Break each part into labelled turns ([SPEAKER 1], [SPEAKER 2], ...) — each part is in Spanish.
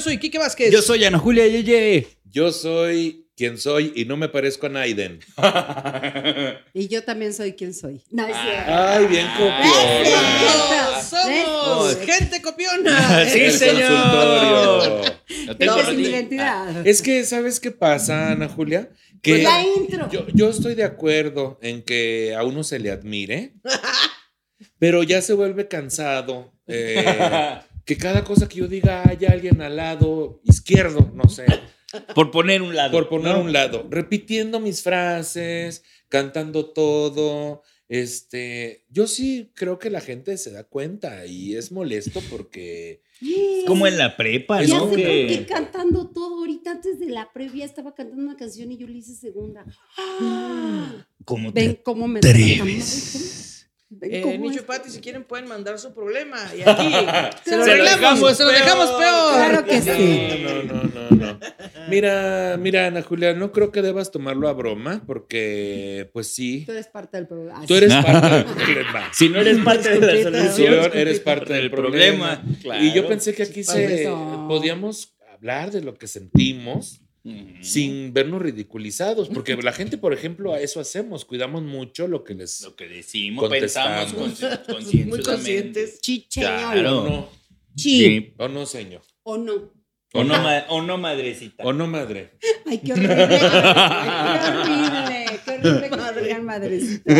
[SPEAKER 1] soy Quique Vázquez.
[SPEAKER 2] Yo soy Ana Julia Yeye.
[SPEAKER 3] Yo soy quien soy y no me parezco a Naiden.
[SPEAKER 4] Y yo también soy quien soy. No, es cierto.
[SPEAKER 3] Ay, bien
[SPEAKER 4] Ah.
[SPEAKER 3] copiado.
[SPEAKER 1] Somos
[SPEAKER 4] ¿Ves?
[SPEAKER 1] gente copiona.
[SPEAKER 2] Sí,
[SPEAKER 3] El
[SPEAKER 2] señor.
[SPEAKER 3] consultorio.
[SPEAKER 2] No
[SPEAKER 4] Esa
[SPEAKER 2] tengo
[SPEAKER 4] es mi
[SPEAKER 2] ni-
[SPEAKER 4] identidad.
[SPEAKER 3] Es que, ¿sabes qué pasa, Ana Julia?
[SPEAKER 4] Pues
[SPEAKER 3] Que
[SPEAKER 4] la intro.
[SPEAKER 3] yo, yo estoy de acuerdo en que a uno se le admire, pero ya se vuelve cansado. eh, que cada cosa que yo diga haya alguien al lado izquierdo, no sé,
[SPEAKER 2] Por poner un lado.
[SPEAKER 3] por poner
[SPEAKER 2] ¿no?
[SPEAKER 3] un lado, repitiendo mis frases, cantando todo. Este, yo sí creo que la gente se da cuenta y es molesto porque
[SPEAKER 2] Como en la prepa,
[SPEAKER 3] Es
[SPEAKER 4] Ya
[SPEAKER 2] ¿no?
[SPEAKER 4] sé por qué
[SPEAKER 2] Que-
[SPEAKER 4] cantando todo. Ahorita antes de la previa estaba cantando una canción y yo le hice segunda. Ah,
[SPEAKER 2] Como
[SPEAKER 4] Ven
[SPEAKER 2] te
[SPEAKER 4] cómo me
[SPEAKER 2] atreves.
[SPEAKER 4] Ven
[SPEAKER 1] Eh,
[SPEAKER 4] cómo es-
[SPEAKER 1] Nicho Pati, si quieren pueden mandar su problema. Y aquí se lo
[SPEAKER 2] Se lo
[SPEAKER 1] arreglamos,
[SPEAKER 2] dejamos
[SPEAKER 1] se lo dejamos
[SPEAKER 2] peor.
[SPEAKER 1] peor.
[SPEAKER 4] Claro que
[SPEAKER 3] No,
[SPEAKER 4] sí.
[SPEAKER 3] No, no, no, no. Mira, mira, Ana Julia, no creo que debas tomarlo a broma, porque, pues sí,
[SPEAKER 4] Tú eres parte del programa. Ah,
[SPEAKER 3] tú eres parte del problema.
[SPEAKER 2] Si no eres parte de la
[SPEAKER 1] Disculpita.
[SPEAKER 2] solución,
[SPEAKER 3] eres parte del problema. Y yo pensé que aquí
[SPEAKER 4] Por
[SPEAKER 3] se
[SPEAKER 4] eso.
[SPEAKER 3] podíamos hablar de lo que sentimos
[SPEAKER 2] Sí.
[SPEAKER 3] sin vernos ridiculizados, porque la gente, por ejemplo, a eso hacemos, cuidamos mucho lo que les
[SPEAKER 2] Lo que decimos,
[SPEAKER 3] Contestamos.
[SPEAKER 2] pensamos consci-
[SPEAKER 1] Muy
[SPEAKER 2] concienzudamente.
[SPEAKER 1] conscientes.
[SPEAKER 4] Chicheo.
[SPEAKER 2] Claro.
[SPEAKER 3] o no,
[SPEAKER 4] Chi.
[SPEAKER 3] o no, señor,
[SPEAKER 4] O no.
[SPEAKER 2] O no, ma- o no madrecita.
[SPEAKER 3] o no, madre.
[SPEAKER 4] Ay, qué horrible. Ay, qué horrible. Qué horrible que me digan madrecita.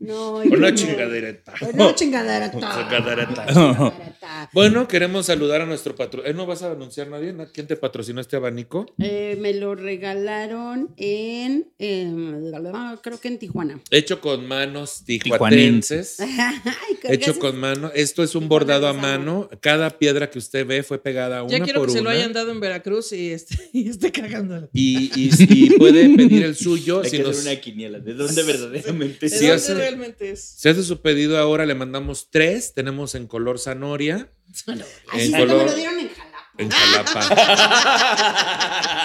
[SPEAKER 4] No,
[SPEAKER 3] O no,
[SPEAKER 4] chingadera.
[SPEAKER 3] chingadereta.
[SPEAKER 4] O
[SPEAKER 1] Pues,
[SPEAKER 4] no chingadera.
[SPEAKER 3] Chingadereta. Bueno, queremos saludar a nuestro patrocinador. ¿No vas a anunciar a nadie? ¿No? ¿Quién te patrocinó este abanico?
[SPEAKER 4] Eh, me lo regalaron en, em, creo que en Tijuana.
[SPEAKER 3] Hecho con manos tijuatenses.
[SPEAKER 4] Ay, qué
[SPEAKER 3] Hecho
[SPEAKER 4] gracias.
[SPEAKER 3] con mano. Esto es un bordado a
[SPEAKER 4] Tijuanense,
[SPEAKER 3] mano. Cada piedra que usted ve fue pegada una
[SPEAKER 1] Ya quiero
[SPEAKER 3] por
[SPEAKER 1] que se lo
[SPEAKER 3] una.
[SPEAKER 1] hayan dado en Veracruz y esté, y esté cagándolo.
[SPEAKER 3] Y, y- y puede pedir el suyo.
[SPEAKER 2] Hay
[SPEAKER 3] Si,
[SPEAKER 2] que
[SPEAKER 3] nos-
[SPEAKER 2] hacer una quiniela. ¿De dónde verdaderamente
[SPEAKER 1] ¿De
[SPEAKER 3] Sí,
[SPEAKER 2] es?
[SPEAKER 1] dónde
[SPEAKER 3] hace-
[SPEAKER 1] realmente es?
[SPEAKER 3] si hace su pedido ahora, le mandamos tres. Tenemos en color zanoria, en
[SPEAKER 4] Ay, sí, cierto, me
[SPEAKER 3] color-
[SPEAKER 4] lo dieron en Jalapa.
[SPEAKER 3] en Jalapa.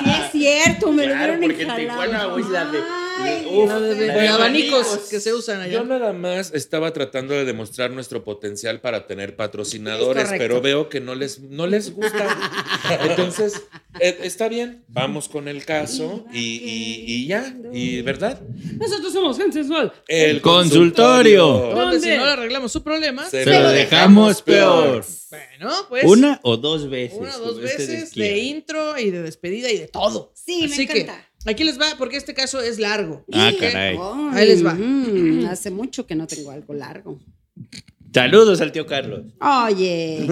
[SPEAKER 4] Sí, es cierto, me
[SPEAKER 2] Claro,
[SPEAKER 4] lo dieron
[SPEAKER 2] porque en
[SPEAKER 4] en Jalapa.
[SPEAKER 2] Tijuana, güey, la de-
[SPEAKER 4] Ay,
[SPEAKER 2] la- uf,
[SPEAKER 1] La de-
[SPEAKER 2] la
[SPEAKER 1] de
[SPEAKER 2] de
[SPEAKER 1] abanicos
[SPEAKER 2] abanicos.
[SPEAKER 1] que se usan allá.
[SPEAKER 3] Yo nada más estaba tratando de demostrar nuestro potencial para tener patrocinadores,
[SPEAKER 1] Es correcto.
[SPEAKER 3] pero veo que no les, no les gusta. Entonces, eh, está bien, vamos con el caso y, y- y ya, y ¿verdad?
[SPEAKER 4] Nosotros somos gente sensual.
[SPEAKER 3] El
[SPEAKER 2] consultorio.
[SPEAKER 1] Donde pues, si
[SPEAKER 4] ¿Dónde?
[SPEAKER 1] no le arreglamos su problema. pues,
[SPEAKER 3] Se
[SPEAKER 2] Se lo dejamos peor.
[SPEAKER 1] Bueno, pues.
[SPEAKER 2] Una o dos veces.
[SPEAKER 1] una, dos
[SPEAKER 2] como
[SPEAKER 3] este
[SPEAKER 2] ustedes
[SPEAKER 1] veces de
[SPEAKER 2] quieran.
[SPEAKER 1] intro y de despedida y de todo.
[SPEAKER 4] Sí, me
[SPEAKER 1] Así que
[SPEAKER 4] encanta.
[SPEAKER 1] aquí les va, porque este caso es largo.
[SPEAKER 2] Ah,
[SPEAKER 1] ¿ok?
[SPEAKER 2] caray.
[SPEAKER 4] Oh.
[SPEAKER 1] Ahí les va.
[SPEAKER 4] mm, hace mucho que no tengo algo largo.
[SPEAKER 2] Saludos al tío Carlos.
[SPEAKER 4] Oye.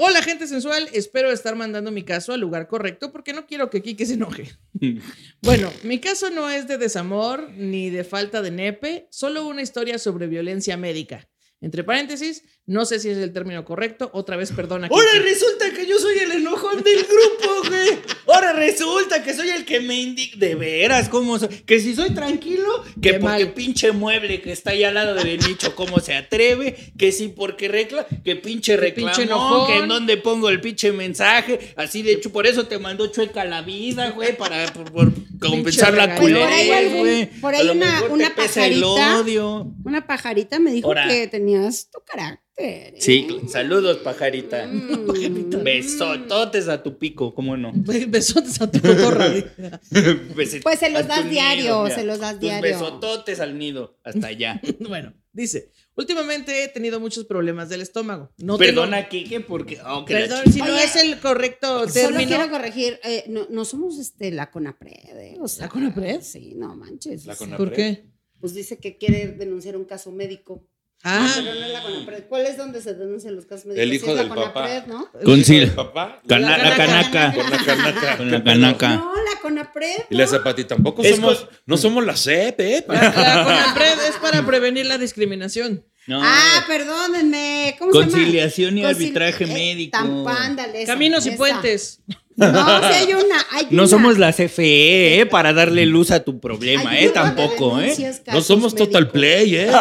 [SPEAKER 1] Hola, gente sensual. Espero estar mandando mi caso al lugar correcto porque no quiero que Kike se enoje. Bueno, mi caso no es de desamor ni de falta de nepe, solo una historia sobre violencia médica. Entre paréntesis, no sé si es el término correcto. Otra vez, perdona. Kike.
[SPEAKER 2] Ahora resulta que yo soy el enojón del grupo, güey. Ahora resulta que soy el que me indica. De veras, ¿cómo soy? Que si soy tranquilo, que
[SPEAKER 1] Qué
[SPEAKER 2] porque
[SPEAKER 1] mal.
[SPEAKER 2] pinche mueble que está ahí al lado del nicho, ¿cómo se atreve? Que si porque recla, que pinche reclamón,
[SPEAKER 1] pinche enojón.
[SPEAKER 2] que en dónde pongo el pinche mensaje. Así de hecho, por eso te mandó chueca la vida, güey, para por- por compensar la
[SPEAKER 1] regañón.
[SPEAKER 2] culera,
[SPEAKER 1] Por ahí
[SPEAKER 4] algún-
[SPEAKER 2] güey.
[SPEAKER 4] por ahí
[SPEAKER 2] A lo
[SPEAKER 4] una-
[SPEAKER 2] mejor te
[SPEAKER 4] una
[SPEAKER 2] pesa el
[SPEAKER 4] pajarita.
[SPEAKER 2] odio.
[SPEAKER 4] Una pajarita me dijo
[SPEAKER 2] Ahora.
[SPEAKER 4] que tenías tu carácter. ¿eh?
[SPEAKER 2] Sí, saludos, pajarita.
[SPEAKER 4] Mm.
[SPEAKER 2] Besototes a tu pico, ¿cómo no?
[SPEAKER 1] Be- Pues, Besotes a tu cotorra.
[SPEAKER 2] Besi-
[SPEAKER 4] Pues se los
[SPEAKER 2] a
[SPEAKER 4] das
[SPEAKER 2] tu
[SPEAKER 4] diario,
[SPEAKER 2] mira.
[SPEAKER 4] se los das
[SPEAKER 2] Tus
[SPEAKER 4] diario.
[SPEAKER 2] besototes al nido, hasta allá.
[SPEAKER 1] bueno, dice, últimamente he tenido muchos problemas del estómago. No tengo-
[SPEAKER 2] Perdona, Kike, porque. oh, que la
[SPEAKER 1] Perdón,
[SPEAKER 2] chi-
[SPEAKER 1] si no
[SPEAKER 4] Oye,
[SPEAKER 1] es el correcto
[SPEAKER 4] Solo
[SPEAKER 1] término.
[SPEAKER 4] quiero corregir, eh, no, no somos este, la CONAPRED, ¿eh? O sea,
[SPEAKER 1] ¿La CONAPRED?
[SPEAKER 4] Sí, no manches.
[SPEAKER 3] La
[SPEAKER 4] o sea,
[SPEAKER 3] CONAPRED.
[SPEAKER 1] ¿Por qué?
[SPEAKER 4] Pues dice que quiere denunciar un caso médico.
[SPEAKER 1] Ah,
[SPEAKER 4] Pero no es la CONAPRED. ¿Cuál es donde se denuncian los casos médicos?
[SPEAKER 3] El hijo
[SPEAKER 4] Sí, es la
[SPEAKER 3] del
[SPEAKER 4] CONAPRED,
[SPEAKER 3] papá.
[SPEAKER 4] ¿no?
[SPEAKER 2] Concil-
[SPEAKER 3] Papá,
[SPEAKER 2] Cana-
[SPEAKER 1] la
[SPEAKER 2] canaca.
[SPEAKER 3] Con la canaca.
[SPEAKER 2] Con la canaca.
[SPEAKER 4] No, la CONAPRED.
[SPEAKER 3] Y la zapati tampoco
[SPEAKER 2] Es
[SPEAKER 3] somos,
[SPEAKER 2] cos-
[SPEAKER 3] no somos la CEP, ¿eh?
[SPEAKER 1] la, la CONAPRED es para prevenir la discriminación.
[SPEAKER 2] No,
[SPEAKER 4] Ah, perdónenme. ¿Cómo
[SPEAKER 2] Conciliación
[SPEAKER 4] se
[SPEAKER 2] y
[SPEAKER 4] llama?
[SPEAKER 2] arbitraje
[SPEAKER 4] eh,
[SPEAKER 2] médico.
[SPEAKER 4] Tampándale. esa,
[SPEAKER 1] Caminos y
[SPEAKER 4] esa.
[SPEAKER 1] puentes.
[SPEAKER 4] No, sí hay una. Hay
[SPEAKER 2] no
[SPEAKER 4] una.
[SPEAKER 2] somos la CFE, ¿eh? Para darle luz a tu problema,
[SPEAKER 4] Hay
[SPEAKER 2] ¿eh?
[SPEAKER 4] una
[SPEAKER 2] Tampoco,
[SPEAKER 4] de
[SPEAKER 2] ¿eh?
[SPEAKER 4] denuncias,
[SPEAKER 3] No
[SPEAKER 4] casos
[SPEAKER 3] somos Total
[SPEAKER 4] médicos.
[SPEAKER 3] Play, ¿eh?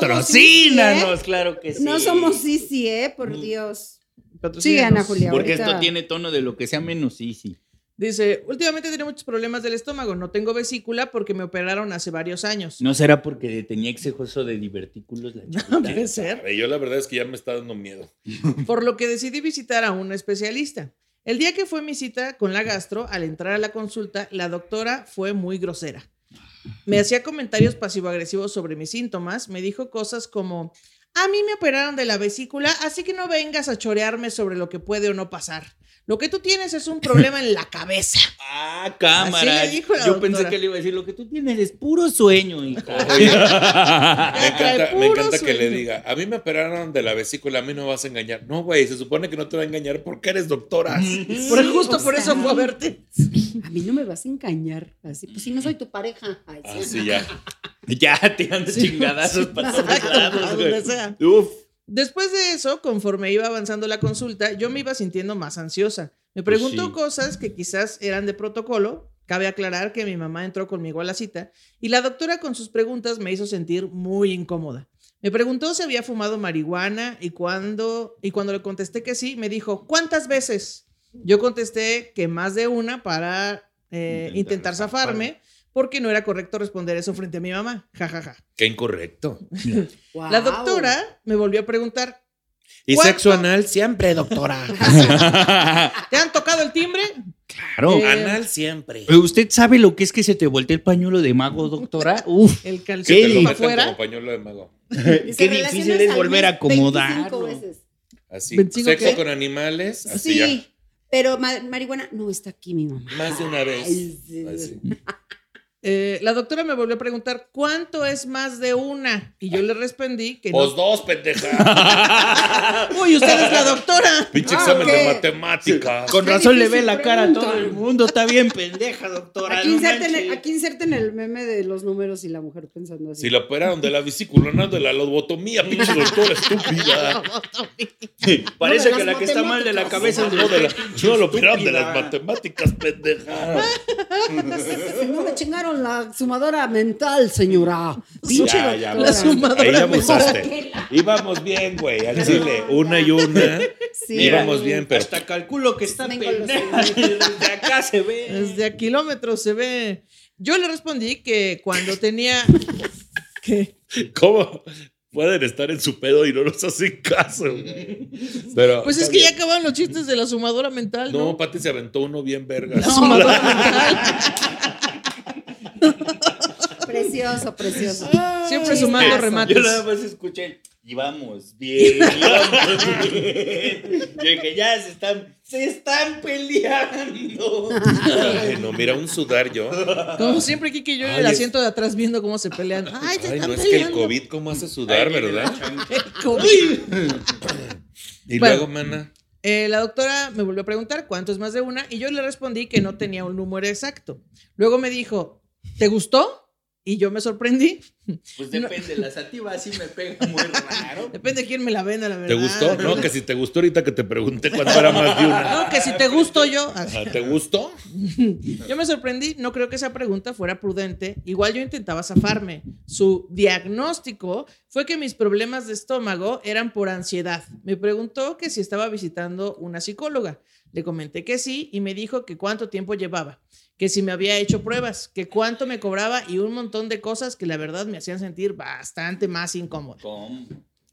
[SPEAKER 2] Patrocínanos, claro que sí.
[SPEAKER 4] ¿eh? No somos Sisi,
[SPEAKER 3] Mm.
[SPEAKER 4] ¿eh? Por Dios.
[SPEAKER 1] Patrocínanos.
[SPEAKER 4] Sí, Ana Julia.
[SPEAKER 2] Porque
[SPEAKER 4] ahorita-
[SPEAKER 2] esto tiene tono de lo que sea menos easy.
[SPEAKER 1] Dice, últimamente tenía muchos problemas del estómago, no tengo vesícula porque me operaron hace varios años.
[SPEAKER 2] ¿No será porque tenía exceso de divertículos la
[SPEAKER 1] No
[SPEAKER 2] chiquita?
[SPEAKER 1] puede ser.
[SPEAKER 3] Yo la verdad es que ya me está dando miedo.
[SPEAKER 1] Por lo que decidí visitar a un especialista. El día que fue mi cita con la gastro, al entrar a la consulta, la doctora fue muy grosera. Me hacía comentarios pasivo-agresivos sobre mis síntomas, me dijo cosas como, a mí me operaron de la vesícula, así que no vengas a chorearme sobre lo que puede o no pasar. Lo que tú tienes es un problema en la cabeza.
[SPEAKER 2] Ah, cámara.
[SPEAKER 1] Así le dijo la
[SPEAKER 2] Yo
[SPEAKER 1] doctora.
[SPEAKER 2] pensé que le iba a decir, lo que tú tienes es puro sueño, hija.
[SPEAKER 3] Me encanta, me
[SPEAKER 1] puro
[SPEAKER 3] encanta que le
[SPEAKER 1] sueño.
[SPEAKER 3] diga, a mí me operaron de la vesícula, a mí no vas a engañar. No, güey, se supone que no te va a engañar porque eres doctora.
[SPEAKER 1] Por-
[SPEAKER 4] Sí,
[SPEAKER 1] justo
[SPEAKER 4] o
[SPEAKER 1] por eso
[SPEAKER 4] sea.
[SPEAKER 1] fue a verte.
[SPEAKER 4] A mí no me vas a engañar. Así, pues si no soy tu pareja. Ay, sí.
[SPEAKER 3] Así Ah, ya.
[SPEAKER 2] ya tirando chingadazos para todos
[SPEAKER 1] Exacto, a
[SPEAKER 2] lados,
[SPEAKER 1] donde
[SPEAKER 2] güey.
[SPEAKER 1] sea.
[SPEAKER 2] Uf.
[SPEAKER 1] Después de eso, conforme iba avanzando la consulta, yo me iba sintiendo más ansiosa. Me pregunto
[SPEAKER 2] sí.
[SPEAKER 1] cosas que quizás eran de protocolo. Cabe aclarar que mi mamá entró conmigo a la cita y la doctora con sus preguntas me hizo sentir muy incómoda. Me preguntó si había fumado marihuana y cuando, y cuando le contesté que sí, me dijo, ¿cuántas veces? Yo contesté que más de una para eh, intentar,
[SPEAKER 2] Intentar
[SPEAKER 1] zafarme porque no era correcto responder eso frente a mi mamá. Ja, ja, ja.
[SPEAKER 3] Qué incorrecto.
[SPEAKER 4] Guau.
[SPEAKER 1] La doctora me volvió a preguntar,
[SPEAKER 3] Y
[SPEAKER 1] ¿Cuánto?
[SPEAKER 3] sexo anal siempre, doctora.
[SPEAKER 1] ¿Te han tocado el timbre?
[SPEAKER 2] claro.
[SPEAKER 1] Eh,
[SPEAKER 3] anal siempre.
[SPEAKER 2] Eh, ¿Usted sabe lo que es que se te voltee el pañuelo de mago, doctora? Uf,
[SPEAKER 1] El
[SPEAKER 3] Que
[SPEAKER 1] calcetín
[SPEAKER 3] te
[SPEAKER 1] para
[SPEAKER 3] lo metan
[SPEAKER 1] afuera.
[SPEAKER 3] como pañuelo de mago.
[SPEAKER 4] Dice,
[SPEAKER 2] qué
[SPEAKER 4] "Relaciones
[SPEAKER 2] difícil es
[SPEAKER 4] al
[SPEAKER 2] volver a
[SPEAKER 4] mes 25
[SPEAKER 2] acomodarlo.
[SPEAKER 4] veces.
[SPEAKER 3] Así.
[SPEAKER 1] 25
[SPEAKER 3] Sexo
[SPEAKER 1] qué?
[SPEAKER 3] con animales, así ya.
[SPEAKER 4] Sí, pero ma- marihuana no está aquí mi mamá.
[SPEAKER 3] Más de una vez.
[SPEAKER 4] Ay, sí.
[SPEAKER 3] Así.
[SPEAKER 1] Eh, la doctora me volvió a preguntar, ¿cuánto es más de una? Y yo le respondí que
[SPEAKER 3] Os
[SPEAKER 1] no.
[SPEAKER 3] Pues dos, pendeja.
[SPEAKER 1] Uy, usted es la doctora.
[SPEAKER 3] Pinche
[SPEAKER 4] Ah,
[SPEAKER 3] examen
[SPEAKER 4] ok.
[SPEAKER 3] de matemáticas.
[SPEAKER 2] Con
[SPEAKER 4] Qué
[SPEAKER 2] razón le ve
[SPEAKER 4] difícil
[SPEAKER 2] la cara a todo
[SPEAKER 4] pregunta.
[SPEAKER 2] el mundo. Está bien pendeja, doctora.
[SPEAKER 4] Aquí
[SPEAKER 2] no
[SPEAKER 4] inserten, el,
[SPEAKER 2] manches.
[SPEAKER 4] aquí inserten el meme de los números y la mujer pensando así.
[SPEAKER 3] Si la operaron de la vesícula, no de la lobotomía, pinche doctora estúpida.
[SPEAKER 2] Parece
[SPEAKER 4] No, de
[SPEAKER 2] que
[SPEAKER 4] las
[SPEAKER 2] la que está mal de la cabeza
[SPEAKER 4] matemáticas.
[SPEAKER 2] es
[SPEAKER 3] No, de la- no lo operaron de las
[SPEAKER 2] Estúpida.
[SPEAKER 3] matemáticas, pendeja.
[SPEAKER 4] No me chingaron la sumadora mental, señora. Pinche
[SPEAKER 3] Ya, ya,
[SPEAKER 4] doctora.
[SPEAKER 1] la sumadora
[SPEAKER 3] Ahí la
[SPEAKER 1] me-
[SPEAKER 3] abusaste. Íbamos bien, güey, al chile. Una y una.
[SPEAKER 4] Sí.
[SPEAKER 3] Íbamos bien, pero
[SPEAKER 2] Hasta calculo que está
[SPEAKER 4] Me
[SPEAKER 2] pendeja. Desde acá se ve.
[SPEAKER 1] Desde a kilómetros se ve. Yo le respondí que cuando tenía... que
[SPEAKER 3] ¿cómo pueden estar en su pedo y no nos hacen caso? güey? Pero,
[SPEAKER 1] Pues es que ya acabaron los chistes de la sumadora mental, ¿no?
[SPEAKER 3] No, Pati se aventó uno bien vergas.
[SPEAKER 1] La sumadora mental.
[SPEAKER 4] Precioso, precioso.
[SPEAKER 5] Ah,
[SPEAKER 1] Siempre
[SPEAKER 4] sí,
[SPEAKER 1] sumando
[SPEAKER 4] eso.
[SPEAKER 1] remates.
[SPEAKER 2] Yo nada más escuché. Íbamos bien, íbamos bien. Yo dije, ya se están, se están peleando.
[SPEAKER 3] Ay, no, mira, un sudar yo.
[SPEAKER 1] Como siempre, Kiki y yo en el
[SPEAKER 3] Ay, es-
[SPEAKER 1] asiento de atrás viendo cómo se pelean. Ay, se
[SPEAKER 3] Ay,
[SPEAKER 1] están
[SPEAKER 3] no es que el
[SPEAKER 1] peleando.
[SPEAKER 3] COVID, ¿cómo hace sudar,
[SPEAKER 2] Ahí viene la
[SPEAKER 3] verdad?
[SPEAKER 2] changa.
[SPEAKER 1] COVID.
[SPEAKER 3] Y
[SPEAKER 1] Bueno.
[SPEAKER 3] luego, mana,
[SPEAKER 1] Eh, la doctora me volvió a preguntar cuánto es más de una y yo le respondí que no tenía un número exacto. Luego me dijo, ¿te gustó? Y yo me sorprendí.
[SPEAKER 2] Pues depende, la sativa sí me pega muy raro.
[SPEAKER 1] Depende de quién me la venda, la verdad.
[SPEAKER 3] ¿te gustó? No, que si te gustó ahorita que te pregunté cuánto era más de una.
[SPEAKER 1] No, que si te gusto yo. Así.
[SPEAKER 3] Ah, ¿Te gustó?
[SPEAKER 1] Yo me sorprendí, no creo que esa pregunta fuera prudente. Igual yo intentaba zafarme. Su diagnóstico fue que mis problemas de estómago eran por ansiedad. Me preguntó que si estaba visitando una psicóloga. Le comenté que sí y me dijo que cuánto tiempo llevaba, que si me había hecho pruebas, que cuánto me cobraba y un montón de cosas que la verdad me hacían sentir bastante más incómoda.
[SPEAKER 2] ¿Cómo?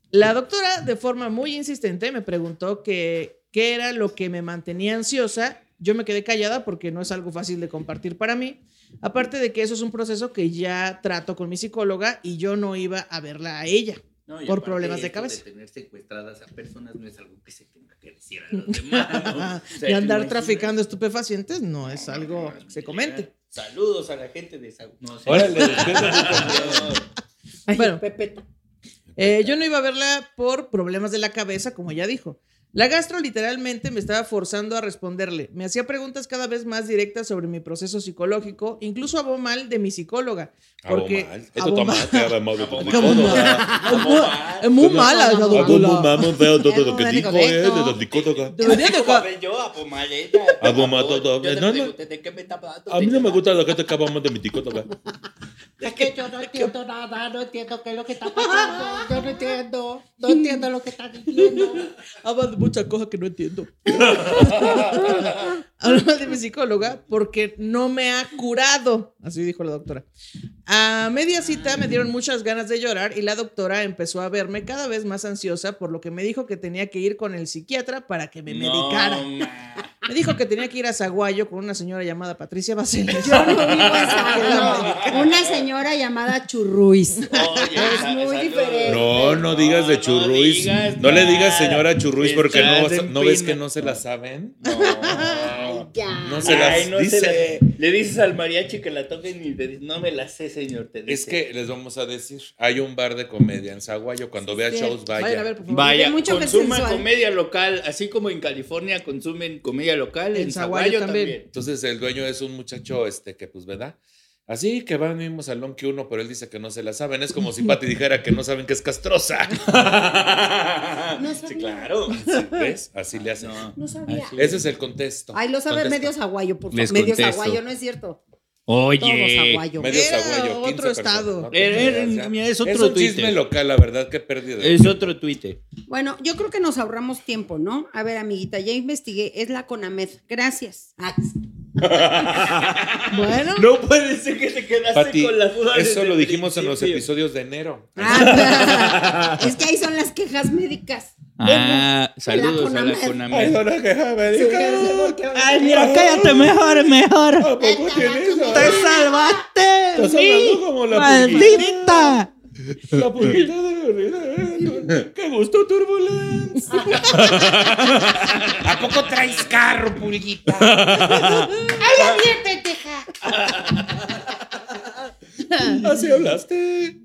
[SPEAKER 1] La doctora, de forma muy insistente, me preguntó que qué era lo que me mantenía ansiosa. Yo me quedé callada porque no es algo fácil de compartir para mí. Aparte de que eso es un proceso que ya trato con mi psicóloga y yo no iba a verla a ella.
[SPEAKER 2] No, y
[SPEAKER 1] Por
[SPEAKER 2] aparte,
[SPEAKER 1] problemas de
[SPEAKER 2] esto
[SPEAKER 1] cabeza.
[SPEAKER 2] tener secuestradas a personas no es algo que se tenga que decir a los demás. Ah, ¿no? Ah, O sea,
[SPEAKER 1] y
[SPEAKER 2] ¿te
[SPEAKER 1] andar
[SPEAKER 2] imaginas?
[SPEAKER 1] traficando estupefacientes no es
[SPEAKER 2] No,
[SPEAKER 1] algo
[SPEAKER 2] no,
[SPEAKER 1] que se
[SPEAKER 2] no,
[SPEAKER 1] comente.
[SPEAKER 2] Saludos a la gente de Saúl. No, sé.
[SPEAKER 3] Órale,
[SPEAKER 4] Ay,
[SPEAKER 1] Bueno.
[SPEAKER 4] Pepeta.
[SPEAKER 1] Eh, yo no iba a verla por problemas de la cabeza, como ya dijo. La gastro literalmente me estaba forzando a responderle. Me hacía preguntas cada vez más directas sobre mi proceso psicológico, incluso habló mal de mi picóloga. Porque
[SPEAKER 3] Abomal. Esto
[SPEAKER 1] habló
[SPEAKER 3] está
[SPEAKER 1] mal.
[SPEAKER 3] mal, queda mal.
[SPEAKER 1] Como- Es muy mala la doctora.
[SPEAKER 3] Abomamos, veo todo lo que
[SPEAKER 4] Es
[SPEAKER 3] dijo, eh, de
[SPEAKER 4] correcto.
[SPEAKER 3] la psicóloga.
[SPEAKER 1] Debería de ca-
[SPEAKER 2] yo a Pomaleta.
[SPEAKER 3] A Pomaleta,
[SPEAKER 2] Yo te
[SPEAKER 3] no, no.
[SPEAKER 2] pregunté, ¿de qué me está hablando?
[SPEAKER 3] A mí Este no Este me gusta la gente que abomamos de mi psicóloga.
[SPEAKER 5] Es que yo no entiendo nada, no entiendo qué es lo que está pasando, yo no entiendo, no entiendo lo que está diciendo.
[SPEAKER 1] Abad- muchas cosas que no entiendo. Hablo mal de mi psicóloga porque no me ha curado. Así dijo la doctora. A media cita me dieron muchas ganas de llorar y la doctora empezó a verme cada vez más ansiosa, por lo que me dijo que tenía que ir con el psiquiatra para que me medicara. Me dijo que tenía que ir a Zaguayo con una señora llamada Patricia Baceles.
[SPEAKER 4] Yo no vivo en Zaguayo. Una señora llamada Churruis.
[SPEAKER 2] es
[SPEAKER 4] muy diferente.
[SPEAKER 3] No, no digas de churruis. No,
[SPEAKER 2] digas
[SPEAKER 3] le
[SPEAKER 2] nada.
[SPEAKER 3] digas señora churruis porque no,
[SPEAKER 2] Estás en
[SPEAKER 3] no ves
[SPEAKER 2] pena.
[SPEAKER 3] que no se la saben.
[SPEAKER 2] No.
[SPEAKER 4] Ya.
[SPEAKER 3] No se las
[SPEAKER 2] Ay, no se
[SPEAKER 3] dice.
[SPEAKER 2] la- le dices al mariachi que la toquen y le dices, no me la sé, señor. Te
[SPEAKER 3] Es
[SPEAKER 2] dice.
[SPEAKER 3] que les vamos a decir, hay un bar de comedia en Zaguayo. Cuando vea
[SPEAKER 4] cierto.
[SPEAKER 3] shows, vaya.
[SPEAKER 1] Vayan a ver, por favor.
[SPEAKER 2] Vaya,
[SPEAKER 4] De mucho ¿eh? que es
[SPEAKER 2] consuman
[SPEAKER 4] sensual.
[SPEAKER 2] comedia local, así como en California consumen comedia local,
[SPEAKER 1] En
[SPEAKER 2] en,
[SPEAKER 1] Zaguayo
[SPEAKER 2] Zaguayo
[SPEAKER 1] también.
[SPEAKER 2] también.
[SPEAKER 3] Entonces el dueño es un muchacho, este, que pues, ¿verdad? Así que va al mismo salón que uno, pero él dice que no se la saben. Es como si Pati dijera que no saben que es castrosa.
[SPEAKER 4] No
[SPEAKER 2] sí,
[SPEAKER 4] sabía.
[SPEAKER 2] claro.
[SPEAKER 3] ¿Ves? Así le hacen.
[SPEAKER 2] No.
[SPEAKER 4] No sabía.
[SPEAKER 2] Así.
[SPEAKER 3] Ese es el contexto.
[SPEAKER 4] Ay, lo sabe
[SPEAKER 3] Contexto.
[SPEAKER 4] medio Zaguayo, por
[SPEAKER 2] Les
[SPEAKER 4] favor. Medio
[SPEAKER 2] contesto.
[SPEAKER 4] Zaguayo, no es cierto. Todo
[SPEAKER 2] Oye.
[SPEAKER 4] Zaguayo.
[SPEAKER 3] Medio
[SPEAKER 1] Era
[SPEAKER 3] Zaguayo, 15
[SPEAKER 1] otro estado.
[SPEAKER 3] personas, te
[SPEAKER 2] Era-
[SPEAKER 3] creas,
[SPEAKER 2] era-
[SPEAKER 3] ya.
[SPEAKER 2] mira, es
[SPEAKER 3] es
[SPEAKER 2] otro
[SPEAKER 3] un chisme
[SPEAKER 2] Twitter.
[SPEAKER 3] local, la verdad, qué pérdida.
[SPEAKER 2] Es otro tuite.
[SPEAKER 4] Bueno, yo creo que nos ahorramos tiempo, ¿no? A ver, amiguita, ya investigué. Es la Conamed. Gracias. Ah,
[SPEAKER 1] Bueno,
[SPEAKER 2] No puede ser que te quedaste
[SPEAKER 3] Pati,
[SPEAKER 2] con la duda.
[SPEAKER 3] eso
[SPEAKER 2] desde
[SPEAKER 3] lo
[SPEAKER 2] el
[SPEAKER 3] dijimos en los
[SPEAKER 2] principio.
[SPEAKER 3] episodios de enero.
[SPEAKER 4] ah, es que ahí son las quejas médicas.
[SPEAKER 2] Ah, saludos
[SPEAKER 4] La
[SPEAKER 2] a la
[SPEAKER 4] Conamed.
[SPEAKER 2] Conamed.
[SPEAKER 5] Ay, mira, cállate mejor, mejor. Te salvaste.
[SPEAKER 3] Estás
[SPEAKER 5] de mí,
[SPEAKER 3] hablando como la
[SPEAKER 5] Maldita.
[SPEAKER 3] ¡Qué gusto, Turbulence! ¿A poco traes carro, Pulguita? Así hablaste.